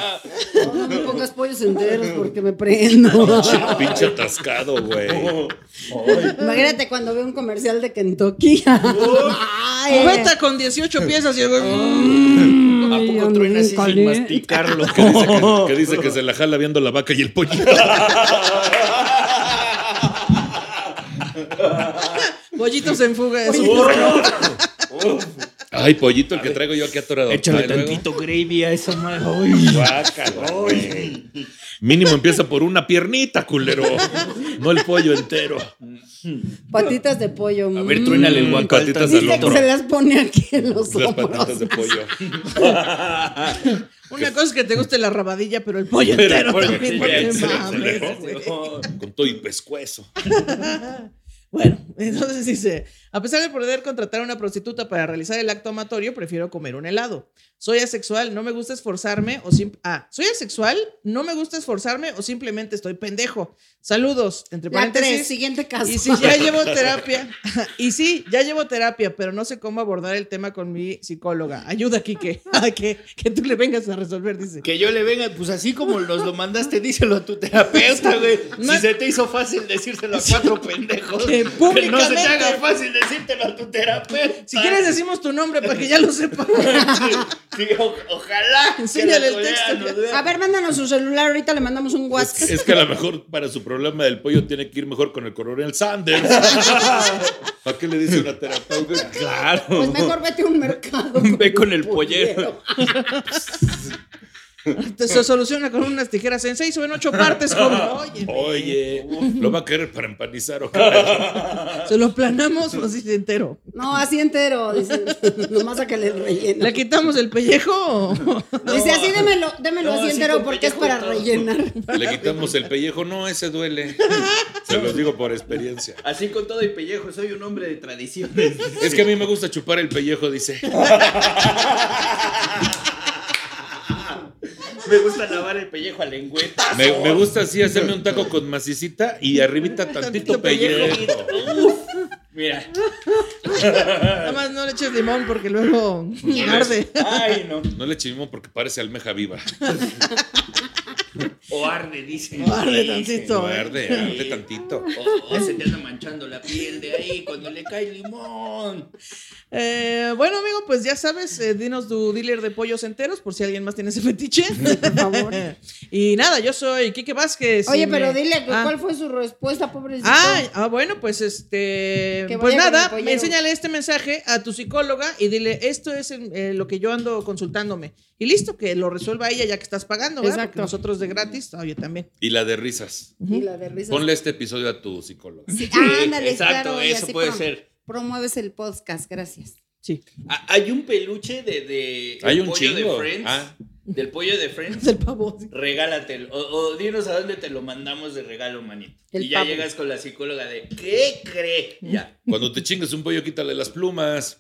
[SPEAKER 4] No me pongas pollos enteros porque me prendo.
[SPEAKER 3] pinche- pinche atascado, güey.
[SPEAKER 4] Imagínate cuando veo un comercial de Kentucky. Ay, Oh. mm,
[SPEAKER 1] Cubeta con 18 piezas. Y yo,
[SPEAKER 2] ¿A poco truena así sin
[SPEAKER 4] eh,
[SPEAKER 2] masticarlo?
[SPEAKER 3] Que dice que, que dice que se la jala viendo la vaca y el pollito.
[SPEAKER 1] Bollitos en fuga. de su-
[SPEAKER 3] Ay, pollito, el que traigo yo aquí atorado.
[SPEAKER 2] Échale
[SPEAKER 3] Ay, luego.
[SPEAKER 2] tantito gravy a esa madre. Ay.
[SPEAKER 3] Guácala, güey. Mínimo empieza por una piernita, culero. No el pollo entero.
[SPEAKER 4] patitas de pollo.
[SPEAKER 2] A ver, truénale el
[SPEAKER 3] Mm,
[SPEAKER 2] guacal
[SPEAKER 3] patitas
[SPEAKER 2] tantito.
[SPEAKER 3] al
[SPEAKER 4] Dice que
[SPEAKER 3] hombro.
[SPEAKER 4] se las pone aquí en los
[SPEAKER 3] Las
[SPEAKER 4] hombros.
[SPEAKER 3] patitas de pollo.
[SPEAKER 1] Una cosa es que te guste la rabadilla, pero el pollo
[SPEAKER 3] Pero el
[SPEAKER 1] entero
[SPEAKER 3] pollo
[SPEAKER 1] también. no
[SPEAKER 3] entero,
[SPEAKER 1] te
[SPEAKER 3] entero,
[SPEAKER 1] mames,
[SPEAKER 3] entero.
[SPEAKER 1] güey.
[SPEAKER 3] Con todo y pescuezo.
[SPEAKER 1] Bueno, entonces dice, a pesar de poder contratar a una prostituta para realizar el acto amatorio, prefiero comer un helado. Soy asexual, no me gusta esforzarme o sim- ah, soy asexual, no me gusta esforzarme o simplemente estoy pendejo. Saludos, entre
[SPEAKER 4] La tres,
[SPEAKER 1] paréntesis.
[SPEAKER 4] siguiente caso.
[SPEAKER 1] Y si ya llevo terapia, y sí, ya llevo terapia, pero no sé cómo abordar el tema con mi psicóloga. Ayuda, Quique, a que, que tú le vengas a resolver, dice.
[SPEAKER 2] Que yo le venga, pues así como nos lo mandaste, díselo a tu terapeuta, güey.
[SPEAKER 1] No-
[SPEAKER 2] Si se te hizo fácil decírselo a cuatro pendejos,
[SPEAKER 1] Que
[SPEAKER 2] que, no se te
[SPEAKER 1] públicamente.
[SPEAKER 2] haga fácil decírtelo a tu terapeuta.
[SPEAKER 1] Si quieres decimos tu nombre para que ya lo sepa.
[SPEAKER 2] Sí, o- ojalá. que
[SPEAKER 1] Enséñale
[SPEAKER 2] la
[SPEAKER 1] el texto,
[SPEAKER 2] colega nos vea.
[SPEAKER 4] A ver, mándanos su celular, ahorita le mandamos un WhatsApp.
[SPEAKER 3] Es que a lo mejor para su problema del pollo tiene que ir mejor con el coronel Sanders. ¿Para qué le dice una terapeuta?
[SPEAKER 4] Pues
[SPEAKER 2] Claro.
[SPEAKER 4] mejor vete a un mercado.
[SPEAKER 2] Ve con el pollero.
[SPEAKER 1] Te- Se soluciona con unas tijeras en seis o en ocho partes, joven. Oye,
[SPEAKER 3] Oye, lo va a querer para empanizar o qué?
[SPEAKER 1] se lo planamos o así entero.
[SPEAKER 4] No, así entero. Dice, nomás a que le relleno.
[SPEAKER 1] ¿Le quitamos el pellejo? o-
[SPEAKER 4] Dice, así démelo, démelo
[SPEAKER 2] No,
[SPEAKER 4] así
[SPEAKER 2] así
[SPEAKER 4] entero
[SPEAKER 2] con
[SPEAKER 4] porque es
[SPEAKER 2] pellejo
[SPEAKER 4] para
[SPEAKER 2] y todo.
[SPEAKER 4] rellenar.
[SPEAKER 3] Le quitamos el pellejo. No, ese duele. Se los digo por experiencia.
[SPEAKER 2] Así con todo y pellejo, soy un hombre de tradiciones.
[SPEAKER 3] Es que a mí me gusta chupar el pellejo, dice.
[SPEAKER 2] Me gusta lavar el pellejo a lengüeta.
[SPEAKER 3] Me, me gusta así hacerme un taco con macicita y arribita tantito
[SPEAKER 1] Tantito pellejo.
[SPEAKER 3] pellejo.
[SPEAKER 2] Mira.
[SPEAKER 1] Nada más no le eches limón porque luego arde.
[SPEAKER 2] Ay, no.
[SPEAKER 3] No le chimimos porque parece almeja viva.
[SPEAKER 2] O arde, dice.
[SPEAKER 1] O arde tantito.
[SPEAKER 3] No, arde, arde tantito.
[SPEAKER 2] O, o se te anda manchando la piel de ahí cuando le cae limón.
[SPEAKER 1] Eh, bueno, amigo, pues ya sabes, eh, dinos tu dealer de pollos enteros por si alguien más tiene ese fetiche.
[SPEAKER 4] Por favor.
[SPEAKER 1] y nada, yo soy Quique Vázquez.
[SPEAKER 4] Oye,
[SPEAKER 1] y
[SPEAKER 4] pero
[SPEAKER 1] me-
[SPEAKER 4] dile, pues,
[SPEAKER 1] Ah.
[SPEAKER 4] ¿cuál fue su respuesta, pobrecito?
[SPEAKER 1] Ah, ah, bueno, pues este.
[SPEAKER 4] Que
[SPEAKER 1] Pues
[SPEAKER 4] vaya
[SPEAKER 1] nada,
[SPEAKER 4] con el pollero.
[SPEAKER 1] enséñale este mensaje a tu psicóloga y dile: Esto es eh, lo que yo ando consultándome. Y listo, que lo resuelva ella ya que estás pagando, ¿verdad?
[SPEAKER 4] Exacto.
[SPEAKER 1] Porque nosotros de gratis, oye, también.
[SPEAKER 3] Y la de risas.
[SPEAKER 4] Y la de risas.
[SPEAKER 3] Ponle este episodio a tu psicóloga.
[SPEAKER 4] Sí, ándale,
[SPEAKER 2] Exacto,
[SPEAKER 4] claro, y
[SPEAKER 2] eso
[SPEAKER 4] así
[SPEAKER 2] puede
[SPEAKER 4] prom-
[SPEAKER 2] ser.
[SPEAKER 4] Promueves el podcast, gracias.
[SPEAKER 1] Sí.
[SPEAKER 2] Ah, Hay un peluche de, de
[SPEAKER 3] Hay
[SPEAKER 2] del
[SPEAKER 3] un
[SPEAKER 2] pollo
[SPEAKER 3] chingo.
[SPEAKER 2] de Friends.
[SPEAKER 3] Ah.
[SPEAKER 2] Del pollo de Friends.
[SPEAKER 1] Es el pavo. sí.
[SPEAKER 2] Regálatelo. O, o dinos a dónde te lo mandamos de regalo, manito.
[SPEAKER 4] El
[SPEAKER 2] y ya
[SPEAKER 4] pavo.
[SPEAKER 2] llegas con la psicóloga de ¿qué cree? Ya.
[SPEAKER 3] Cuando te chingues un pollo, quítale las plumas.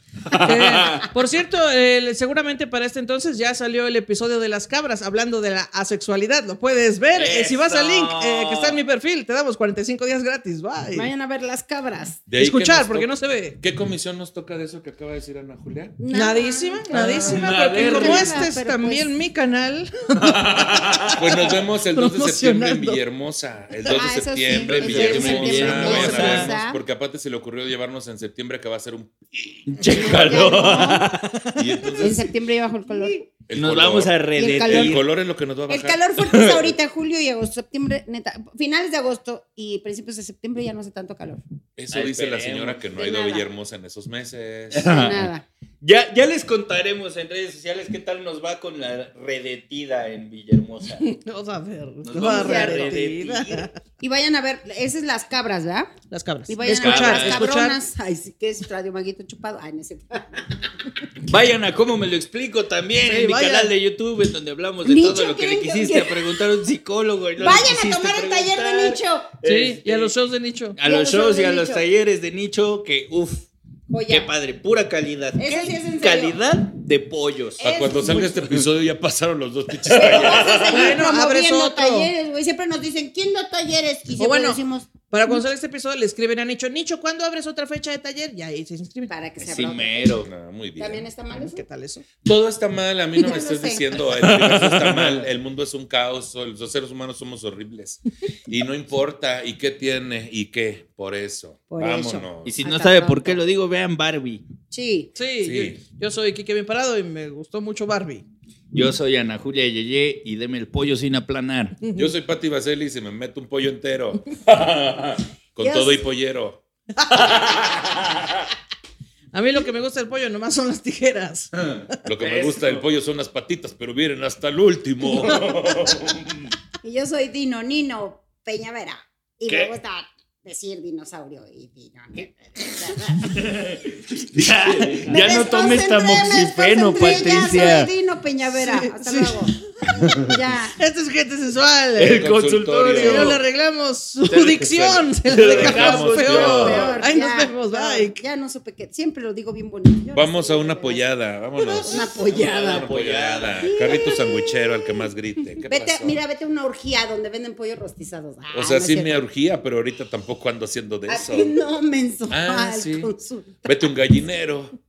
[SPEAKER 1] Eh, por cierto, eh, seguramente para este entonces ya salió el episodio de las cabras hablando de la asexualidad. Lo puedes ver. Eh, si vas al link eh, que está en mi perfil, te damos 45 días gratis. Bye.
[SPEAKER 4] Vayan a ver las cabras.
[SPEAKER 3] De ahí que
[SPEAKER 1] Escuchar,
[SPEAKER 3] nos
[SPEAKER 1] porque
[SPEAKER 3] toca-
[SPEAKER 1] no se ve.
[SPEAKER 3] ¿Qué comisión nos toca de eso que acaba de decir Ana Julia?
[SPEAKER 4] Nada.
[SPEAKER 1] Nadísima, nadísima,
[SPEAKER 2] nada,
[SPEAKER 1] porque
[SPEAKER 2] nada,
[SPEAKER 1] como
[SPEAKER 2] nada,
[SPEAKER 1] este es
[SPEAKER 4] pero
[SPEAKER 1] también
[SPEAKER 4] pues-
[SPEAKER 1] mi canal.
[SPEAKER 3] Pues nos vemos el 2 de septiembre en
[SPEAKER 1] Promocionando.
[SPEAKER 3] Villahermosa. El 2
[SPEAKER 4] Ah,
[SPEAKER 3] de
[SPEAKER 4] eso sí,
[SPEAKER 3] septiembre en
[SPEAKER 2] el 2 de
[SPEAKER 3] Villahermosa.
[SPEAKER 2] septiembre en
[SPEAKER 3] vayan a vernos,
[SPEAKER 2] Villahermosa.
[SPEAKER 3] porque aparte se le ocurrió llevarnos en septiembre que va a ser un...
[SPEAKER 2] Chécalo.
[SPEAKER 3] Y entonces
[SPEAKER 4] En septiembre ya bajó el calor.
[SPEAKER 3] el
[SPEAKER 2] Nos
[SPEAKER 3] color-
[SPEAKER 2] vamos a
[SPEAKER 4] el
[SPEAKER 3] El
[SPEAKER 2] redetir.
[SPEAKER 3] color es lo que nos va a bajar.
[SPEAKER 4] El calor fuerte es ahorita, julio y agosto, septiembre, neta. Finales de agosto y principios de septiembre ya no hace tanto calor.
[SPEAKER 3] Eso
[SPEAKER 2] Ay,
[SPEAKER 3] dice la
[SPEAKER 2] esperemos.
[SPEAKER 3] señora que no
[SPEAKER 4] De
[SPEAKER 3] ha ido a
[SPEAKER 4] nada.
[SPEAKER 3] Villahermosa en esos meses.
[SPEAKER 4] Nada.
[SPEAKER 2] Ya, ya les contaremos en redes sociales qué tal nos va con la redetida en Villahermosa.
[SPEAKER 1] Vamos a ver.
[SPEAKER 2] Nos
[SPEAKER 1] va a
[SPEAKER 2] vamos a
[SPEAKER 1] repetir.
[SPEAKER 2] redetir.
[SPEAKER 4] Y vayan a ver, esas es las cabras, ¿verdad?
[SPEAKER 1] Las cabras.
[SPEAKER 4] Y vayan
[SPEAKER 2] Escuchar,
[SPEAKER 4] a ver las
[SPEAKER 1] escuchar.
[SPEAKER 4] cabronas. Ay, sí, ¿qué es Radio Maguito Chupado? Ay, no es cierto.
[SPEAKER 2] Vayan a cómo me lo explico también
[SPEAKER 1] Sí,
[SPEAKER 2] en mi
[SPEAKER 1] vayan.
[SPEAKER 2] canal de YouTube en donde hablamos de
[SPEAKER 4] Nicho,
[SPEAKER 2] todo lo que le
[SPEAKER 4] ¿creen que-
[SPEAKER 2] quisiste a preguntar a un psicólogo. y no le
[SPEAKER 4] Vayan
[SPEAKER 2] quisiste
[SPEAKER 4] a tomar el taller de
[SPEAKER 2] preguntar.
[SPEAKER 4] Nicho.
[SPEAKER 1] Sí,
[SPEAKER 2] Este,
[SPEAKER 1] y a los shows de nicho.
[SPEAKER 2] A los shows y a
[SPEAKER 4] de
[SPEAKER 2] los
[SPEAKER 4] Nicho.
[SPEAKER 2] talleres de Nicho que uff,
[SPEAKER 4] Joya.
[SPEAKER 2] qué padre, pura calidad.
[SPEAKER 4] Eso sí es en serio.
[SPEAKER 2] calidad de pollos.
[SPEAKER 4] Eh,
[SPEAKER 3] A cuando
[SPEAKER 4] Es
[SPEAKER 3] salga
[SPEAKER 4] muy-
[SPEAKER 3] este episodio ya pasaron los dos pinches talleres.
[SPEAKER 4] Vamos a seguir
[SPEAKER 1] Bueno, abres
[SPEAKER 4] promoviendo
[SPEAKER 1] otro.
[SPEAKER 4] talleres, güey. Siempre nos dicen, ¿quién da talleres? Y siempre
[SPEAKER 1] bueno.
[SPEAKER 4] decimos,
[SPEAKER 1] Para cuando salga este episodio le escriben a Nicho, Nicho, ¿cuándo abres otra fecha de taller? Y ahí se inscriben.
[SPEAKER 4] para que se
[SPEAKER 2] Sí,
[SPEAKER 4] abra otro.
[SPEAKER 2] mero.
[SPEAKER 3] No, muy bien.
[SPEAKER 4] También está mal eso.
[SPEAKER 1] ¿Qué tal eso?
[SPEAKER 3] Todo está mal, a mí no
[SPEAKER 4] Ya
[SPEAKER 3] me
[SPEAKER 4] lo
[SPEAKER 3] estés
[SPEAKER 4] sé.
[SPEAKER 3] diciendo, el universo está mal, el mundo es un caos, los seres humanos somos horribles. Y no importa, ¿y qué tiene? ¿Y qué? Por eso.
[SPEAKER 4] Por
[SPEAKER 3] Vámonos.
[SPEAKER 2] Y si no
[SPEAKER 4] Hasta
[SPEAKER 2] sabe por
[SPEAKER 4] pronto.
[SPEAKER 2] qué lo digo, vean Barbie.
[SPEAKER 4] Sí.
[SPEAKER 1] Sí,
[SPEAKER 3] Sí.
[SPEAKER 1] Yo, yo soy Kike Bien Parado y me gustó mucho Barbie.
[SPEAKER 2] Yo soy Ana Julia Yeye y deme el pollo sin aplanar.
[SPEAKER 3] Yo soy Pati Vaseli y se me meto un pollo entero. Con
[SPEAKER 4] Yo
[SPEAKER 3] todo y
[SPEAKER 4] soy-
[SPEAKER 3] pollero.
[SPEAKER 1] A mí lo que me gusta del pollo nomás son las tijeras.
[SPEAKER 3] Lo que me
[SPEAKER 2] Eso.
[SPEAKER 3] gusta del pollo son las patitas, pero vienen hasta el último.
[SPEAKER 4] Y yo soy Dino Nino Peñavera. Y
[SPEAKER 2] ¿Qué?
[SPEAKER 4] me gusta decir dinosaurio y Dino.
[SPEAKER 2] ya
[SPEAKER 4] Me
[SPEAKER 2] ya no tomes
[SPEAKER 4] desconcentré, me
[SPEAKER 2] tamoxifeno,
[SPEAKER 4] desconcentré,
[SPEAKER 2] Patricia.
[SPEAKER 4] Ya soy Dino Peñavera.
[SPEAKER 1] Sí,
[SPEAKER 4] Hasta
[SPEAKER 1] sí.
[SPEAKER 4] luego. ya.
[SPEAKER 1] Esta Este es gente sensual.
[SPEAKER 2] El
[SPEAKER 3] El
[SPEAKER 1] Si
[SPEAKER 3] consultorio.
[SPEAKER 2] consultorio.
[SPEAKER 1] no le arreglamos su
[SPEAKER 2] Se-
[SPEAKER 1] dicción,
[SPEAKER 2] se-
[SPEAKER 1] se,
[SPEAKER 2] se
[SPEAKER 1] la
[SPEAKER 2] la
[SPEAKER 1] dejamos
[SPEAKER 2] dejamos
[SPEAKER 1] peor.
[SPEAKER 4] Peor,
[SPEAKER 1] Ahí
[SPEAKER 4] ya,
[SPEAKER 1] Oh. nos vemos,
[SPEAKER 4] peor.
[SPEAKER 1] bye.
[SPEAKER 4] Ya no supe que. Siempre lo digo bien bonito. Yo no
[SPEAKER 3] Vamos
[SPEAKER 4] sé,
[SPEAKER 3] a una
[SPEAKER 4] de verdad.
[SPEAKER 3] pollada, vámonos.
[SPEAKER 4] Una pollada.
[SPEAKER 3] Una pollada. Carrito sandwichero al que más grite. ¿Qué
[SPEAKER 4] Vete,
[SPEAKER 3] pasó?
[SPEAKER 4] mira, Ah, vete a una orgía donde venden pollos rostizados.
[SPEAKER 3] o sea, sí me
[SPEAKER 4] me
[SPEAKER 3] urgía,
[SPEAKER 4] Ah,
[SPEAKER 3] pero ahorita tampoco ando haciendo de
[SPEAKER 4] A
[SPEAKER 3] eso.
[SPEAKER 4] ti no, mensual.
[SPEAKER 3] Ah, sí.
[SPEAKER 4] con su-
[SPEAKER 3] Vete a un gallinero.